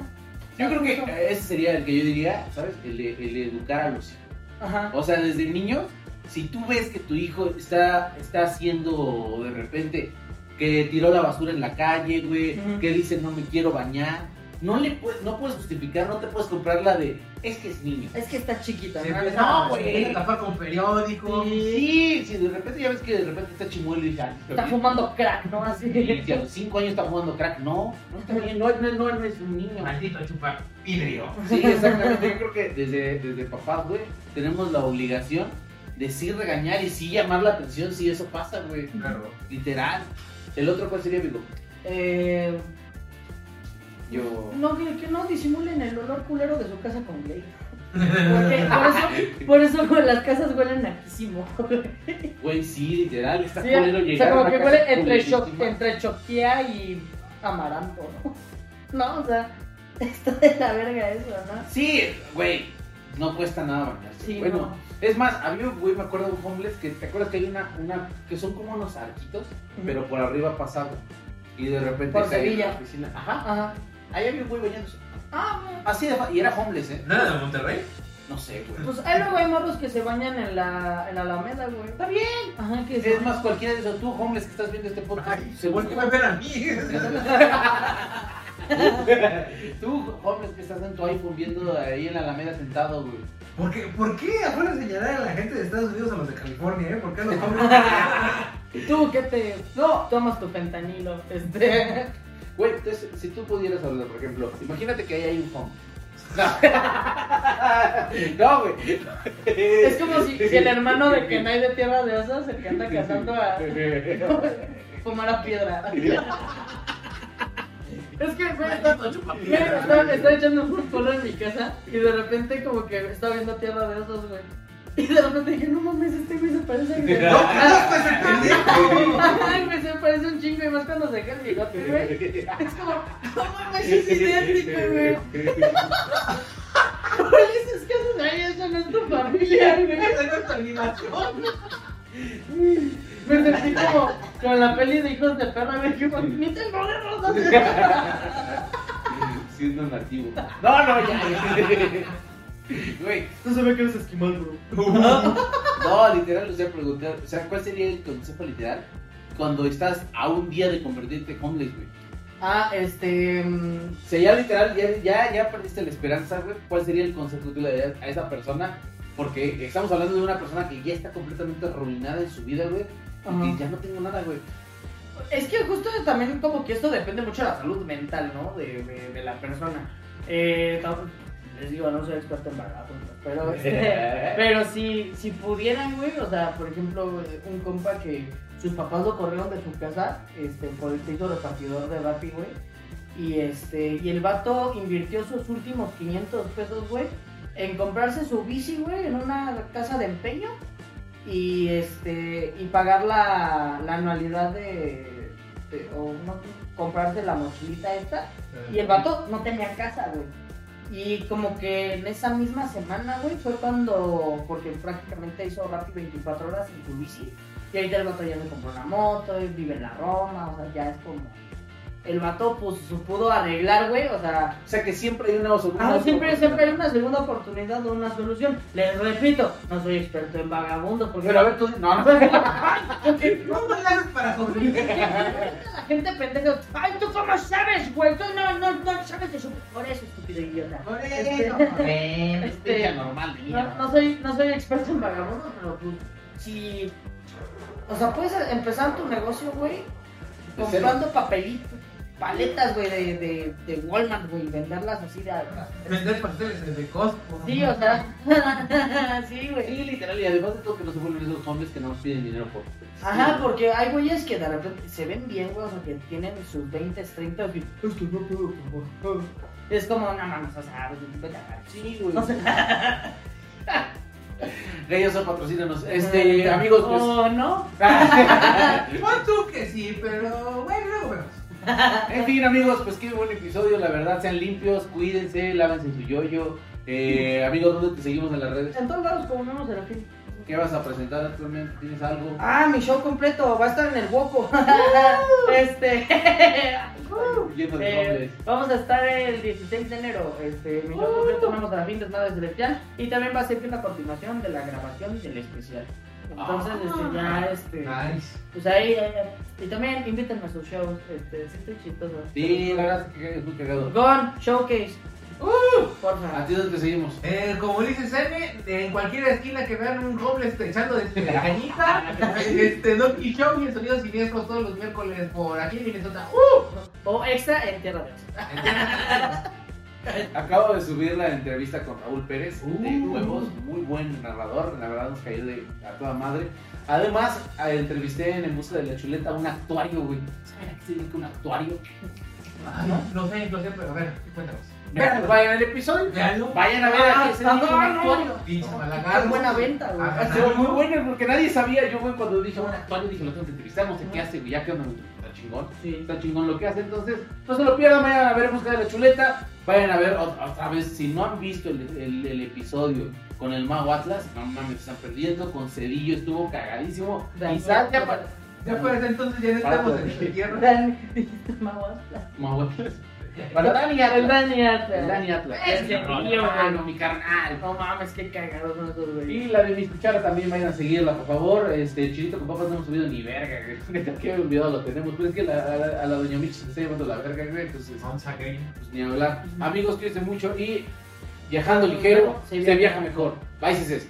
Speaker 5: Yo creo que eh, ese sería el que yo diría, ¿sabes? El, de- el de educar a los hijos.
Speaker 4: Ajá.
Speaker 5: O sea, desde niños, si tú ves que tu hijo está, está haciendo de repente que tiró la basura en la calle, güey,
Speaker 4: Ujú.
Speaker 5: que dice no me quiero bañar, no le puedes, no puedes justificar, no te puedes comprar la de es que es niño.
Speaker 4: Es que está chiquita,
Speaker 6: Se
Speaker 4: ¿no?
Speaker 6: empieza-
Speaker 5: no,
Speaker 6: se
Speaker 5: güey.
Speaker 6: empieza a tapar con periódico.
Speaker 5: Sí, si de repente ya ves que de repente está chimuelo y ya.
Speaker 4: Está fumando crack, ¿no?
Speaker 5: Y
Speaker 4: Así.
Speaker 5: si a los 5 años está jugando crack, no, no está bien, no, no, no, no es un niño.
Speaker 6: Maldito chupa vidrio.
Speaker 5: Sí, exactamente. Yo creo que desde, desde papás, güey, tenemos la obligación de sí regañar y sí llamar la atención si eso pasa, güey.
Speaker 6: Claro.
Speaker 5: Literal. ¿El otro cuál sería, amigo?
Speaker 4: Eh.
Speaker 5: Yo.
Speaker 4: No, que, que no disimulen el olor culero de su casa con ley. Porque por eso, por eso con las casas huelen naquísimo.
Speaker 5: Güey, sí, literal. Está
Speaker 4: Sí,
Speaker 5: culero
Speaker 4: o
Speaker 5: llegar.
Speaker 4: sea,
Speaker 5: a
Speaker 4: como
Speaker 5: una
Speaker 4: que
Speaker 5: casa
Speaker 4: huele entre, cho-
Speaker 5: culerísima.
Speaker 4: entre choquea y amaranto, ¿no? No, o sea, está de la verga eso, ¿no?
Speaker 5: Sí, güey. No cuesta nada bañarse.
Speaker 4: Sí,
Speaker 5: bueno,
Speaker 4: no.
Speaker 5: es más, había, güey, me acuerdo de un homeless que, ¿te acuerdas que hay una, una, que son como unos arquitos, pero por arriba pasaba. Y de repente
Speaker 4: Por
Speaker 5: caía en la
Speaker 4: Sevilla.
Speaker 5: oficina. Ajá.
Speaker 4: Ajá.
Speaker 5: Ahí había un güey bañándose.
Speaker 4: Ah,
Speaker 5: Así de fa- Y era homeless, ¿eh?
Speaker 8: ¿Nada de Monterrey?
Speaker 5: No sé, güey.
Speaker 4: pues ahí luego hay morros que se bañan en la, en la Alameda, güey. Está bien. Ajá, que se-
Speaker 5: Es más, cualquiera de esos, tú, homeless, que estás viendo este podcast,
Speaker 8: Ay,
Speaker 5: seguro que
Speaker 8: volteó a ver a mí.
Speaker 5: Tú, homeless, que estás en tu iPhone viendo ahí en la Alameda sentado, güey.
Speaker 8: ¿Por qué, ¿Por qué afuera señalar a la gente de Estados Unidos a los de California, eh? ¿Por qué a los hombres?
Speaker 4: Tú, ¿qué te...? No. Tomas tu pentanilo, este...
Speaker 5: Güey, entonces, si tú pudieras hablar, por ejemplo, imagínate que ahí hay un homeless. No, no güey.
Speaker 4: Es como si, si el hermano de Kenai de Tierra de Osos, el que anda cazando a fumar a piedra. Es que, güey, está- güey, estaba, estaba echando un porro en mi casa y de repente como que estaba viendo Tierra de Osos, güey. Y de repente dije, no mames, este güey se parece a mi Ay, güey, se parece un chingo y más cuando se deja el bigote, güey. Es como, no mames, es idéntico, güey. ¿Por qué dices que haces ahí? Eso no es tu familia, güey. Me sentí como con la peli de hijos de perra, güey, que ni te roles
Speaker 5: Siendo nativo. No, no, ya, ya. Güey,
Speaker 3: No se ve que eres esquimal, bro.
Speaker 5: no, literal, o sea, preguntar, o sea, ¿cuál sería el consejo literal cuando estás a un día de convertirte homeless, güey?
Speaker 4: Ah, este. mm,
Speaker 5: O sea, ya literal, ya, ya, ya perdiste la esperanza, güey. ¿Cuál sería el consejo que tú le darías a esa persona? Porque estamos hablando de una persona que ya está completamente arruinada en su vida, güey. Y
Speaker 4: Ajá.
Speaker 5: que ya no tengo nada, güey.
Speaker 4: Es que justo también, como que esto depende mucho de la salud mental, ¿no? De, de- de la persona. Eh, tam- les digo, no soy experto en barato, pero este. Pero si, si pudieran, güey, o sea, por ejemplo, eh, un compa que sus papás lo corrieron de su casa, este, por el título repartidor de Rappi, güey. Y este, y el vato invirtió sus últimos 500 pesos, güey, en comprarse su bici, güey, en una casa de empeño y este y pagar la, la anualidad de, de- o no, comprarse la mochilita esta
Speaker 5: Eh.
Speaker 4: y el vato no tenía casa, güey. Y como que en esa misma semana, güey, fue cuando, porque prácticamente hizo Rappi 24 horas en su bici. Y ahorita el vato ya se compró una moto, y vive en la Roma, o sea, ya es como... El vato pues se pudo arreglar, güey, o sea,
Speaker 5: O sea que siempre hay una segunda
Speaker 4: Ah, siempre,
Speaker 5: oportunidad.
Speaker 4: siempre hay una segunda oportunidad o una solución. Les repito, no soy experto en vagabundos porque
Speaker 5: Pero a ver, tú. No, no.
Speaker 4: Ay,
Speaker 6: ¿Cómo le haces para sobrevivir?
Speaker 4: la gente pendeja. Ay, tú cómo sabes, güey. Tú no, no, no sabes de su. Por eso, estúpido idiota.
Speaker 6: Por
Speaker 4: Este,
Speaker 6: eso.
Speaker 5: Ven,
Speaker 4: Este-
Speaker 5: pinche normal,
Speaker 4: No,
Speaker 5: mira.
Speaker 4: no soy, no soy experto en vagabundos, pero pues, si. O sea, puedes empezar tu negocio, güey,
Speaker 5: De cero.
Speaker 4: comprando papelitos, paletas, güey, de, de, de Walmart, güey, venderlas así de.
Speaker 6: Vender pasteles desde Costco.
Speaker 4: Sí, o sea, sí, güey.
Speaker 5: Sí, literal, y además de todo que no se vuelven esos hombres que no piden dinero por. pues,
Speaker 4: Ajá, porque hay güeyes que de repente se ven bien, güey, o sea, que tienen sus 20, 30, y es que no puedo trabajar. Es como, no mames, o sea, güey, vete a la-
Speaker 5: Sí, güey.
Speaker 4: No sé.
Speaker 5: Ellos son patrocínanos. Este, amigos, pues.
Speaker 4: O "Oh, no.
Speaker 6: Pon tú que sí, pero bueno, luego vemos.
Speaker 5: En fin, amigos, pues qué buen episodio. La verdad, sean limpios, cuídense, lávense su yoyo. Eh, amigos, ¿dónde te seguimos en las redes?
Speaker 4: En todos lados como menos en fin.
Speaker 5: ¿Qué vas a presentar actualmente? ¿Tienes algo?
Speaker 4: Ah, mi show completo va a estar en el Woco. este.
Speaker 5: Lleno de
Speaker 4: Eh,
Speaker 5: dobles.
Speaker 4: vamos a estar el 16 de enero. Este, mi show completo vamos a la fin de Nada Celestial. Y también va a ser una continuación de la grabación del especial. Entonces, este, ya este.
Speaker 6: Ah,
Speaker 8: Nice.
Speaker 4: Pues ahí, eh, y también invítenme a sus shows, este, sí estoy chistoso.
Speaker 5: Sí, la verdad es que es muy cagado.
Speaker 4: Gon, Showcase.
Speaker 5: ¿A
Speaker 4: Porfa.
Speaker 5: ti dónde te seguimos?
Speaker 6: Eh, como dices M, en cualquier esquina que vean un roble echando de de cañita, este Donkey Show y el sonido siniestro todos los miércoles por aquí en Minnesota. Uh,
Speaker 4: O extra en Tierra de Osos.
Speaker 5: Eh, Acabo de subir la entrevista con Raúl Pérez de Huevos, muy buen narrador, la verdad nos cayó de a toda madre. Además, a- entrevisté en En Busca de la Chuleta a un actuario, güey. ¿Saben a qué se dedica un actuario?
Speaker 6: Ay, ah, no sé, no sé, pero a ver, cuéntanos.
Speaker 5: Vean, vayan al episodio.
Speaker 6: Veanlo.
Speaker 5: Vayan a ver a qué se dedica un
Speaker 4: Ah, no, no.
Speaker 5: actuario.
Speaker 6: Pinche
Speaker 4: Qué
Speaker 6: malagarto.
Speaker 4: buena venta, güey.
Speaker 6: Ah,
Speaker 5: Ah, se ve muy bueno porque nadie sabía. Yo, güey, cuando dije un actuario, dije, lo tengo que entrevistar, no sé qué hace, güey, ya que onda, está chingón.
Speaker 4: Sí.
Speaker 5: Está chingón lo que hace, entonces no se lo pierdan, vayan a ver En Busca de la Chuleta, vayan a ver ot- otra vez, si no han visto el, el- el episodio con el Mago Atlas, no mames, se están perdiendo, con Cedillo estuvo cagadísimo,
Speaker 4: De
Speaker 5: quizás
Speaker 4: acuerdo.
Speaker 5: ya para...
Speaker 6: Ya para ese entonces ya no estamos en el tierra.
Speaker 5: Mago Atlas. Para Dani Atlas.
Speaker 4: El Dani
Speaker 5: El
Speaker 4: Atlas.
Speaker 5: Dani Atlas.
Speaker 4: Ese
Speaker 5: Ese
Speaker 4: tío,
Speaker 5: hermano,
Speaker 4: güey.
Speaker 5: mi carnal.
Speaker 4: No mames, qué cagados son esos, güey.
Speaker 5: Y la de mis cucharas también vayan a seguirla, por favor. Este, Chilito con papas no hemos subido ni verga, güey. Neta, Qué olvidado lo tenemos. Pero es que la- a la, a la doña Michi se está llevando la verga, güey. Entonces,
Speaker 8: Vamos a game.
Speaker 5: pues ni hablar. Amigos, cuídense mucho y viajando ligero se viaja mejor. Bye, es.